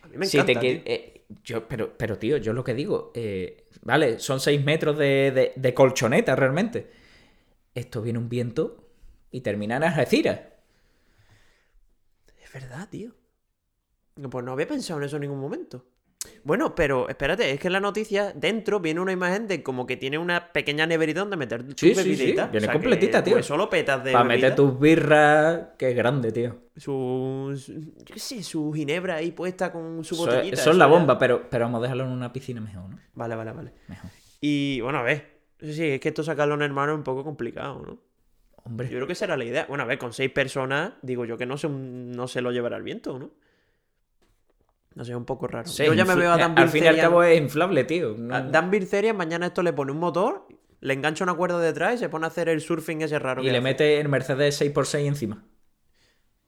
S1: A mí me
S2: Si
S1: encanta.
S2: te quie-
S1: tío.
S2: eh, yo, pero, pero, tío, yo lo que digo, eh, vale, son 6 metros de, de- de colchoneta realmente. Esto viene un viento y termina en Algeciras.
S1: Es verdad, tío. No, Pues no había pensado en eso en ningún momento. Bueno, pero espérate, es que en la noticia dentro viene una imagen de como que tiene una pequeña neverita donde meter tus
S2: Sí, sí, sí,
S1: bebiditas.
S2: viene
S1: que,
S2: completita, tío.
S1: pues, solo petas de
S2: Para
S1: bebida.
S2: meter tus birras, que es grande, tío.
S1: su, su- yo qué sé, su ginebra ahí puesta con su
S2: Eso
S1: botellita.
S2: es, eso
S1: eso
S2: es la
S1: ya-
S2: bomba, pero, pero vamos a dejarlo en una piscina mejor, ¿no?
S1: Vale, vale, vale.
S2: Mejor.
S1: Y bueno, a ver. Sí, sí, es que esto sacarlo en hermano es un poco complicado, ¿no?
S2: Hombre,
S1: Yo creo que será la idea. Bueno, a ver, con seis personas, digo yo que no se, no se lo llevará el viento, ¿no? No sé, es un poco raro.
S2: sí,
S1: yo ya me
S2: infl-
S1: veo Ah, a
S2: eh,
S1: Dan
S2: Al fin y al
S1: Bilzerian-
S2: cabo es inflable, tío. No-
S1: a Dan Bilzerian, mañana esto le pone un motor, le engancha una cuerda detrás y se pone a hacer el surfing ese raro.
S2: y
S1: que
S2: le
S1: hace.
S2: mete el Mercedes 6x6 encima. [laughs]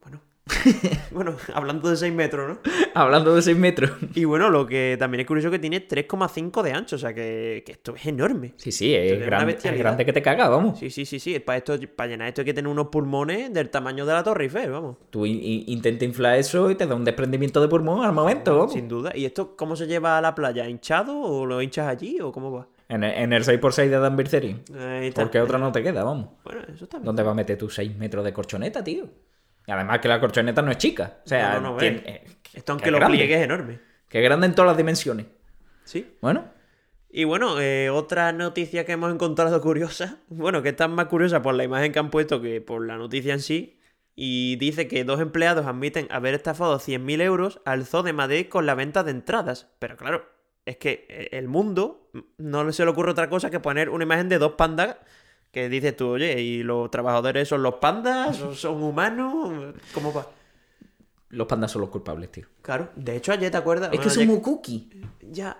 S1: Bueno. [laughs] bueno, hablando de 6 metros, ¿no?
S2: Hablando de 6 metros.
S1: Y bueno, lo que también es curioso es que tiene 3,5 de ancho, o sea que, que esto es enorme.
S2: Sí, sí, es
S1: es una
S2: grande, es
S1: bestialidad.
S2: grande que te caga, vamos.
S1: Sí, sí, sí, sí. Para, esto, para llenar esto hay que tener unos pulmones del tamaño de la Torre Eiffel, vamos.
S2: Tú in- in- intenta inflar eso y te da un desprendimiento de pulmón al momento, vamos.
S1: Sin duda. ¿Y esto cómo se lleva a la playa? ¿Hinchado o lo hinchas allí o cómo va?
S2: En, el, en el 6x6 de Dan Bilzerian.
S1: Ahí está.
S2: Porque otra no te queda, vamos.
S1: Bueno, eso está bien.
S2: ¿Dónde vas a meter tus 6 metros de corchoneta, tío? Y además que la corchoneta no es chica. O sea,
S1: No, no, no,
S2: tiene- eh,
S1: Esto aunque
S2: qué
S1: lo
S2: grande.
S1: pliegues es enorme.
S2: que es grande en todas las dimensiones.
S1: Sí.
S2: Bueno,
S1: Y bueno, eh, otra noticia que hemos encontrado curiosa, bueno, que está más curiosa por la imagen que han puesto que por la noticia en sí, Y dice que dos empleados admiten haber estafado 100.000 euros al Zoo de Madrid con la venta de entradas. Pero claro, es que eh, el mundo mm, no se le ocurre otra cosa que poner una imagen de dos pandas que dices tú, oye, ¿y los trabajadores son los pandas? ¿Son, son humanos? ¿Cómo va?
S2: Los pandas son los culpables, tío.
S1: Claro, de hecho ayer te acuerdas.
S2: Es que
S1: Bueno,
S2: son
S1: ayer-
S2: muy cookie.
S1: Ya.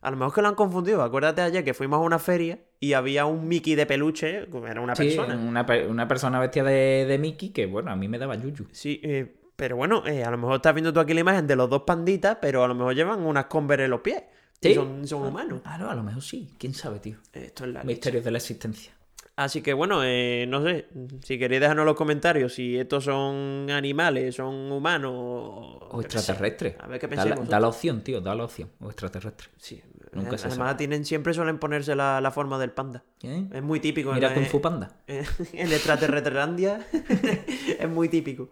S1: A lo mejor que lo han confundido. Acuérdate ayer que fuimos a una feria y había un Mickey de peluche, que era una
S2: Sí,
S1: persona.
S2: Una, pe- una persona vestida de, de Mickey que, bueno, a mí me daba yuyu.
S1: Sí, eh, pero bueno, eh, a lo mejor estás viendo tú aquí la imagen de los dos panditas, pero a lo mejor llevan unas Converse en los pies. Y
S2: Sí.
S1: son, son humanos.
S2: Claro, a lo mejor sí. ¿Quién sabe, tío?
S1: Esto es la leche.
S2: Misterios de la existencia.
S1: Así que bueno, eh, no sé, si queréis dejarnos en los comentarios si estos son animales, son humanos
S2: O
S1: yo qué sé.
S2: extraterrestres.
S1: A ver qué
S2: Da la,
S1: pensemos.
S2: da la opción, tío, da la opción. O extraterrestre.
S1: Sí,
S2: Nunca se
S1: además
S2: sabe.
S1: tienen siempre suelen ponerse la, la forma del panda.
S2: ¿Eh?
S1: Es muy típico.
S2: Mira
S1: además,
S2: Kung
S1: eh,
S2: Fu Panda.
S1: Eh, [laughs] en extraterrestrelandia [laughs] es muy típico.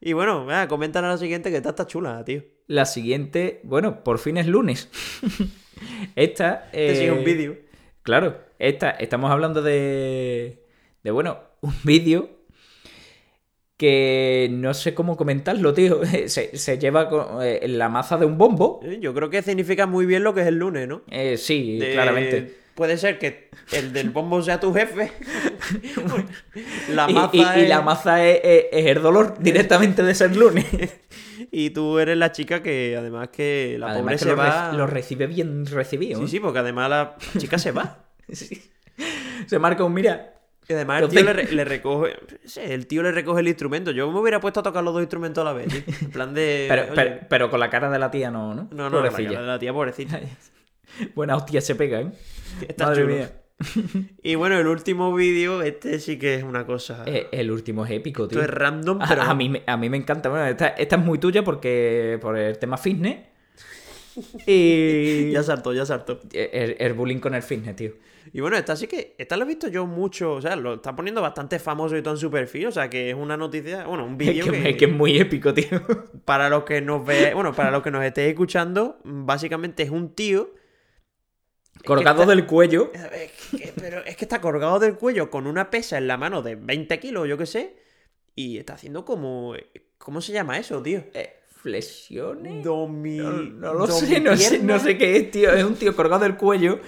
S1: Y bueno, venga, comentan a la siguiente que está, está chula, tío.
S2: La siguiente, bueno, por fin es lunes. [laughs] esta.
S1: Te
S2: eh,
S1: sigue Este un vídeo.
S2: Claro, esta, estamos hablando de. De, bueno, un vídeo. Que no sé cómo comentarlo, tío. [laughs] Se, se lleva con, eh, la maza de un bombo.
S1: Eh, Yo creo que significa muy bien lo que es el lunes, ¿no?
S2: Eh, sí,
S1: De-
S2: claramente.
S1: Puede ser que el del bombo sea tu
S2: [laughs]
S1: jefe. la
S2: Y-
S1: maza
S2: y, y
S1: es-
S2: la maza es, es- es el dolor directamente de ser lunes.
S1: y tú eres la chica que además que la
S2: Además
S1: pobre
S2: que
S1: se
S2: lo, re-
S1: va.
S2: lo recibe bien recibido.
S1: Sí, sí, porque además la chica se va.
S2: ¿eh? Sí. Se marca un mira.
S1: Y además
S2: [laughs] Lo
S1: el tío le,
S2: tengo.
S1: re- le recoge. sí, El tío le recoge el instrumento. Yo me hubiera puesto a tocar los dos instrumentos a la vez. tío. En plan de.
S2: Pero,
S1: Eh, oye,
S2: pero- pero con la cara de la tía no, ¿no?
S1: No, no, la
S2: Pobrecilla.
S1: cara de la tía
S2: [laughs]
S1: pobrecita.
S2: Buena hostia se pega, ¿eh?
S1: Está
S2: Madre
S1: chulo.
S2: mía.
S1: Y bueno, el último vídeo, este sí que es una cosa.
S2: Eh, el último es épico, tío.
S1: Esto es random, pero.
S2: a, a mí, me- a mí me encanta. Bueno, esta, esta es muy tuya porque por el
S1: [laughs]
S2: tema fitness. Y.
S1: Ya saltó, ya saltó.
S2: el, el bullying con el fitness, tío.
S1: Y bueno, esta sí que. Esta la he visto yo mucho. O sea, lo está poniendo bastante famoso y todo en su perfil. O sea, que es una noticia. Bueno, un
S2: [laughs] Es
S1: vídeo
S2: que,
S1: que,
S2: es que es muy épico, tío.
S1: Para los que nos ve. Bueno, para los que nos estéis escuchando, básicamente es un tío.
S2: Colgado
S1: está-
S2: del cuello.
S1: Es [laughs] que- pero es que está colgado del cuello con una pesa en la mano de 20 kilos, yo qué sé. Y está haciendo como. ¿Cómo se llama eso, tío?
S2: Eh, flexiones.
S1: Domi...
S2: No, no lo sé no, sé, no
S1: domipierna.
S2: sé qué es, tío. Es un tío colgado del cuello,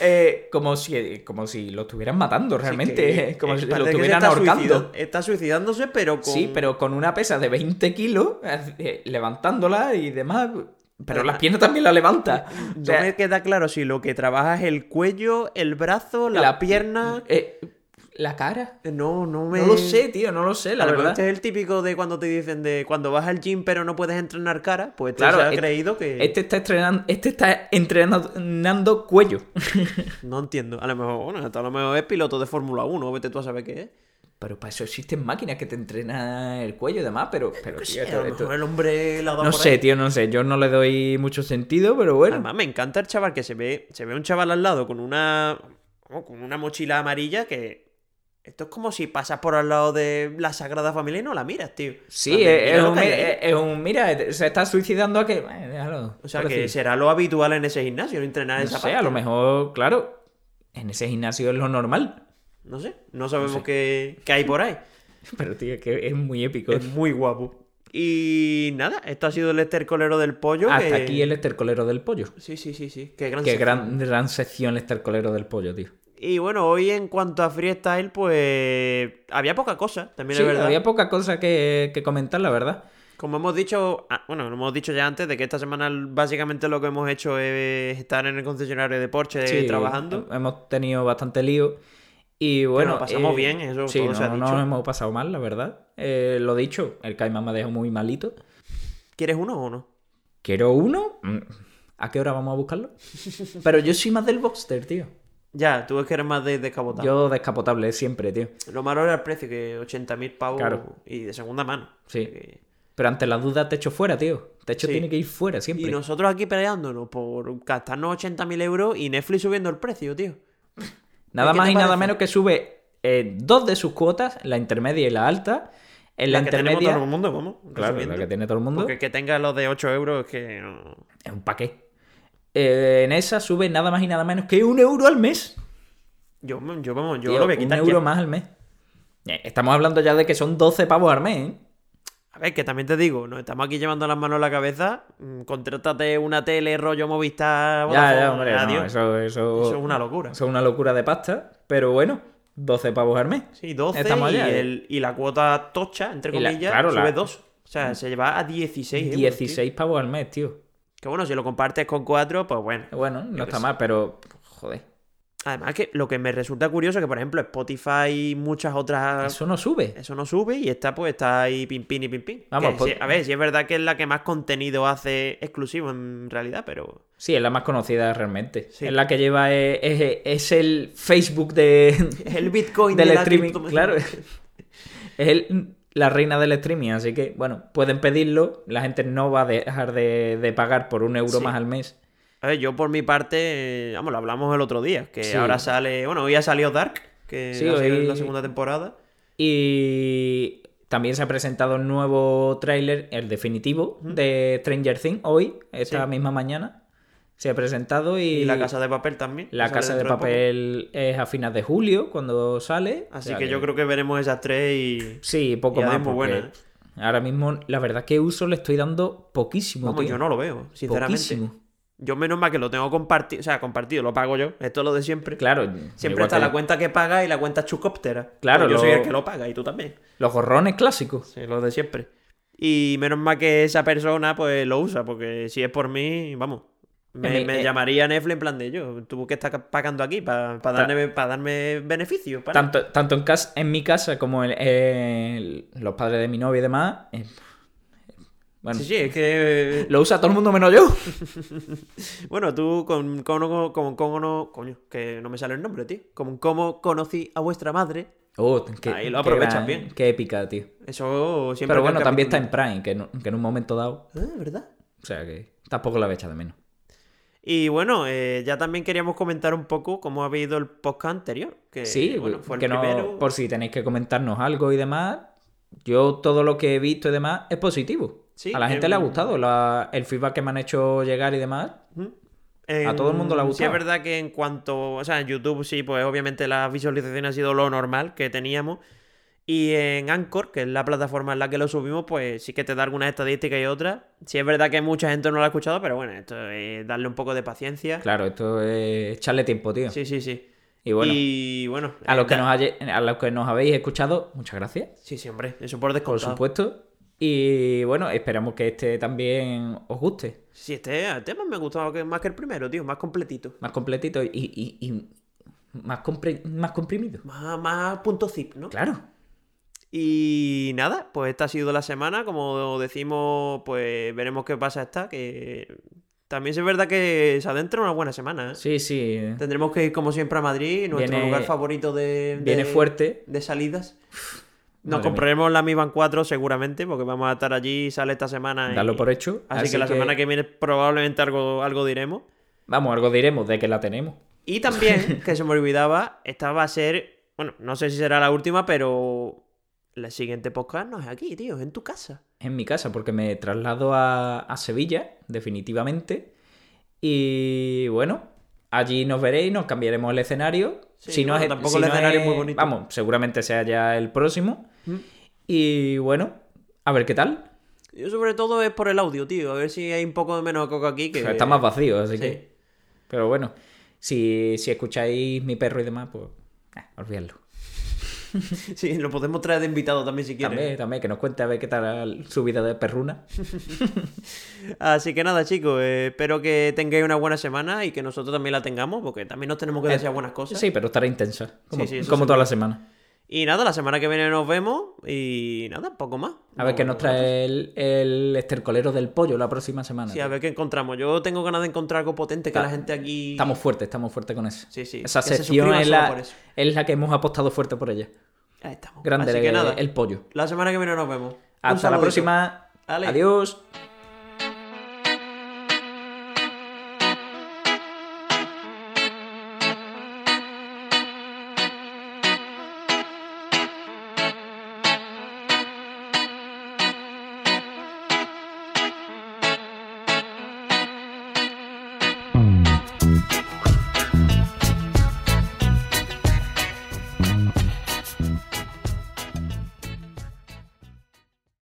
S2: eh, como, si, como si lo estuvieran matando realmente, [laughs]
S1: Así que,
S2: como
S1: eh,
S2: si
S1: parece que
S2: lo
S1: se
S2: estuvieran
S1: está
S2: ahorcando.
S1: suicida- está suicidándose, pero con.
S2: Sí, pero con una pesa de 20 kilos, eh, levantándola y demás. Pero las piernas también la levanta. O
S1: No
S2: sea,
S1: me queda claro si lo que trabaja es el cuello, el brazo, la,
S2: La- [laughs]
S1: pierna.
S2: eh, la cara.
S1: No, no me.
S2: No lo sé, tío, no lo sé, la
S1: A lo mejor
S2: verdad.
S1: Este es el típico de cuando te dicen de cuando vas al gym pero no puedes entrenar cara. Pues este
S2: Claro,
S1: se ha
S2: este-
S1: creído que.
S2: Este está, estrenando, este está entrenando cuello. [laughs]
S1: No entiendo. A lo mejor, bueno, hasta a lo mejor es piloto de Fórmula 1. Vete tú a saber qué es.
S2: Pero para eso existen máquinas que te entrenan el cuello y demás, pero, pero
S1: Sí,
S2: tío,
S1: a
S2: esto-
S1: lo
S2: esto-
S1: mejor el hombre la da
S2: No
S1: por
S2: sé,
S1: ahí.
S2: tío, no sé. Yo no le doy mucho sentido, pero bueno.
S1: Además, me encanta el chaval que se ve, se ve un chaval al lado con una oh, con una mochila amarilla que esto es como si pasas por al lado de la Sagrada Familia y no la miras, tío.
S2: sí,
S1: Mami,
S2: es,
S1: mira
S2: es
S1: lo
S2: un,
S1: que hay
S2: es-
S1: ahí.
S2: es un- Mira, se está suicidando a que. eh, déjalo,
S1: o sea, que
S2: pobrecillo.
S1: será lo habitual en ese gimnasio, no entrenar
S2: No
S1: esa
S2: sé,
S1: parte.
S2: a lo mejor, claro. En ese gimnasio es lo normal. [laughs]
S1: No sé, no sabemos
S2: No sé.
S1: Qué, qué hay por ahí.
S2: Pero, tío, que es muy épico.
S1: Es muy guapo. Y nada, esto ha sido el estercolero del pollo.
S2: Hasta
S1: que-
S2: aquí el estercolero del pollo.
S1: Sí, sí, sí, sí. Qué gran
S2: Qué
S1: sección.
S2: gran, gran sección el estercolero del pollo, tío.
S1: Y bueno, hoy en cuanto a freestyle, pues había poca cosa, también
S2: Sí,
S1: es verdad.
S2: había poca cosa que, que comentar, la verdad.
S1: Como hemos dicho, ah, bueno, lo hemos dicho ya antes de que esta semana básicamente lo que hemos hecho es estar en el concesionario de Porsche eh,
S2: Sí,
S1: trabajando.
S2: Hemos tenido bastante lío. Y bueno. eh,
S1: nos pasamos bien, eso
S2: sí,
S1: todo
S2: no,
S1: se ha
S2: no
S1: dicho.
S2: nos hemos pasado mal, la verdad. Eh, lo dicho, el Caimán me ha dejado muy malito.
S1: ¿Quieres uno o no?
S2: ¿Quiero uno? Mm, ¿A qué hora vamos
S1: [laughs]
S2: a buscarlo? Pero yo soy más del Boxster, tío.
S1: Ya, tú es que eres más de descapotado.
S2: Yo descapotable siempre, tío.
S1: Lo malo era el precio, que 80.000 pavos
S2: Claro.
S1: y de segunda mano.
S2: Sí.
S1: Que-
S2: Pero ante la duda, techo fuera, tío. Techo
S1: Sí.
S2: tiene que ir fuera
S1: Y
S2: siempre.
S1: nosotros aquí peleándonos por gastarnos 80.000 euros y Netflix subiendo el precio, tío.
S2: Nada
S1: ¿Qué
S2: más
S1: te
S2: y nada
S1: parece?
S2: menos que sube eh, dos de sus cuotas, la intermedia y la alta. En la,
S1: que tenemos
S2: intermedia.
S1: todo el mundo, vamos.
S2: Claro,
S1: resumiendo.
S2: la que tiene todo el mundo.
S1: Porque que tenga los de 8 euros es que... no-
S2: Es un paqué. Eh, en esa sube nada más y nada menos que un euro al mes.
S1: Yo, yo, vamos, yo
S2: Tío,
S1: lo voy a quitar
S2: Un euro
S1: ya.
S2: más al mes. Eh, Estamos hablando ya de que son 12 pavos al mes, ¿eh?
S1: A ver, que también te digo, nos estamos aquí llevando las manos a la cabeza. mm, Contrátate una tele, rollo Movistar.
S2: ya,
S1: Vodafone,
S2: ya, hombre, no,
S1: adiós.
S2: eso, eso,
S1: Eso es una locura.
S2: eso es una locura de pasta, pero bueno, 12 pavos al mes.
S1: Sí, 12
S2: Estamos
S1: y,
S2: allá, ¿eh?
S1: el- y la cuota tocha, entre
S2: Y la-
S1: comillas,
S2: claro, la-
S1: sube 2. O sea, se lleva a 16 euros, eh, pues, tío.
S2: 16 pavos al mes, tío. Eh,
S1: Que bueno, si lo compartes con 4, pues bueno.
S2: Bueno, no
S1: Yo
S2: está
S1: qué
S2: mal, pero joder,
S1: Además que lo que me resulta curioso es que, por ejemplo, Spotify y muchas otras... Eso...
S2: eso no sube.
S1: no sube y esta pues está ahí pin pin y pin pin.
S2: Vamos,
S1: Que
S2: pues-
S1: sí, a ver, si es verdad que es la que más contenido hace exclusivo en realidad,
S2: [laughs]
S1: pero...
S2: Sí, es la más conocida realmente.
S1: Sí.
S2: Es la que lleva, eh, es, es el Facebook de,
S1: El Bitcoin
S2: del
S1: de la
S2: streaming,
S1: criptomoneda.
S2: claro. [laughs]
S1: [laughs]
S2: Es el- la reina del streaming, así que, bueno, pueden pedirlo. La gente no va a dejar de, de pagar por un euro
S1: Sí.
S2: más al mes.
S1: A ver, yo por mi parte, eh, vamos, lo hablamos el otro día, que
S2: Sí.
S1: ahora sale... Bueno, hoy ha salido Dark, que
S2: Sí,
S1: va a ser
S2: hoy-
S1: la segunda temporada.
S2: Y también se ha presentado un nuevo tráiler, el definitivo, de Stranger Things, hoy, esta
S1: Sí.
S2: misma mañana. Se ha presentado y...
S1: Y, la Casa de Papel también.
S2: La
S1: sale
S2: Casa de
S1: dentro poco.
S2: Papel es a fines de julio cuando sale.
S1: Así que yo creo que veremos esas tres y...
S2: Sí, poco
S1: y
S2: más.
S1: además muy
S2: porque
S1: buena, ¿eh?
S2: Ahora mismo, la verdad que uso le estoy dando poquísimo.
S1: Vamos,
S2: tío.
S1: yo no lo veo, sinceramente.
S2: Poquísimo.
S1: Yo menos mal que lo tengo compartido, o sea, compartido, lo pago yo. Esto es lo de siempre.
S2: Claro,
S1: siempre
S2: igual
S1: está
S2: que
S1: la cuenta que paga y la cuenta chucóptera.
S2: Claro,
S1: Pues yo
S2: lo-
S1: soy el que lo paga y tú también.
S2: Los gorrones clásicos.
S1: Sí, lo de siempre. Y menos mal que esa persona pues lo usa, porque si es por mí, vamos. Me,
S2: Eh,
S1: me
S2: eh.
S1: llamaría Netflix en plan de yo. ¿Tú qué estás pagando aquí para darme, para darme beneficios? para nada?
S2: Tanto, tanto en, cas- en mi casa como en, en los padres de mi novia y demás. eh, bueno,
S1: Sí, sí, es que. [laughs]
S2: lo usa todo el mundo menos yo.
S1: Bueno, tú con cómo con, con, no. Coño, que no me sale el nombre, tío. Como cómo conocí a vuestra madre.
S2: [laughs] Oh, qué-
S1: Ahí lo
S2: qué
S1: aprovechas
S2: gran-
S1: bien.
S2: Qué épica, tío.
S1: Eso siempre.
S2: Pero
S1: que el
S2: bueno, también está
S1: capítulo-
S2: en Prime, que, no- que en un momento dado.
S1: Ah, ¿verdad?
S2: O sea que tampoco la voy a echar de menos.
S1: Y bueno, eh, ya también queríamos comentar un poco cómo ha habido el podcast anterior. Que,
S2: Sí,
S1: bueno, fue el
S2: que no-
S1: primero.
S2: por si tenéis que comentarnos algo y demás, yo todo lo que he visto y demás es positivo.
S1: Sí,
S2: a la gente
S1: em,
S2: le ha gustado la- el feedback que me han hecho llegar y demás.
S1: En-
S2: a todo el mundo le ha
S1: Sí, es
S2: gustado.
S1: verdad que en cuanto. O sea, en YouTube sí, pues obviamente la visualización ha sido lo normal que teníamos. Y en Anchor, que es la plataforma en la que lo subimos, pues sí que te da algunas estadísticas y otras. Sí es verdad que mucha gente no lo ha escuchado, pero bueno, esto es darle un poco de paciencia.
S2: Claro, esto es echarle tiempo, tío.
S1: Sí, sí, sí.
S2: Y bueno,
S1: y bueno
S2: a, los
S1: eh,
S2: que
S1: da-
S2: nos haye- a los que nos habéis escuchado, muchas gracias,
S1: Sí, sí, hombre, eso por
S2: por
S1: descontado.
S2: supuesto. Y bueno, esperamos que este también os guste,
S1: Sí, este el tema me ha gustado que- más que el primero, tío, más completito.
S2: más completito y, y- y más, compre- más comprimido.
S1: Más, más punto zip, ¿no?
S2: Claro.
S1: Y nada, pues esta ha sido la semana. Como decimos, pues veremos qué pasa esta. Que también es verdad que se adentra una buena semana. ¿eh?
S2: Sí, sí.
S1: Tendremos que ir, como siempre, a Madrid, nuestro
S2: Viene-
S1: lugar favorito de, de-
S2: Viene fuerte.
S1: de salidas. Nos
S2: madre
S1: compraremos la Mi Band 4 seguramente, porque vamos a estar allí. Sale esta semana. y-
S2: Darlo por hecho.
S1: Así, que la semana que viene probablemente algo, algo diremos.
S2: Vamos, algo diremos de que la tenemos.
S1: Y también,
S2: [laughs]
S1: que se me olvidaba, esta va a ser, bueno, no sé si será la última, pero la siguiente podcast no es aquí, tío, es en tu casa.
S2: En mi casa, porque me traslado a, a Sevilla, definitivamente. Y bueno, allí nos veréis, nos cambiaremos el escenario.
S1: Sí, bueno,
S2: es-
S1: tampoco el escenario es muy bonito.
S2: Vamos, seguramente sea ya el próximo.
S1: Mm.
S2: Y bueno, a ver qué tal.
S1: Yo sobre todo es por el audio, tío, a ver si hay un poco de menos coco aquí que...
S2: O sea, Pues está más vacío, así
S1: Sí.
S2: que. Pero bueno, si, si escucháis mi perro y demás, pues. ah, olvidadlo.
S1: [laughs] Sí, lo podemos traer de invitado también si quieres.
S2: También, también, que nos cuente a ver qué tal su vida de perruna.
S1: Así que nada, chicos, eh, espero que tengáis una buena semana y que nosotros también la tengamos, porque también nos tenemos que
S2: Eh,
S1: desear buenas cosas.
S2: Sí, pero estará intensa. Como,
S1: Sí, sí, eso
S2: como
S1: seguro.
S2: toda la semana.
S1: Y nada, la semana que viene nos vemos y nada, poco más.
S2: A ver qué nos trae el, el estercolero del pollo la próxima semana.
S1: Sí, a ver qué encontramos. Yo tengo ganas de encontrar algo potente que
S2: Ta-
S1: la gente aquí...
S2: Ah, Estamos fuertes, estamos fuertes con eso.
S1: Sí, sí.
S2: Esa
S1: Que se
S2: sección
S1: suscriban
S2: es
S1: solo
S2: la,
S1: por eso.
S2: es la que hemos apostado fuerte por ella.
S1: Ahí estamos.
S2: Grande
S1: Así que
S2: el,
S1: nada,
S2: el pollo.
S1: la semana que viene nos vemos. Un
S2: Hasta la
S1: saludito.
S2: próxima.
S1: Ale.
S2: Adiós.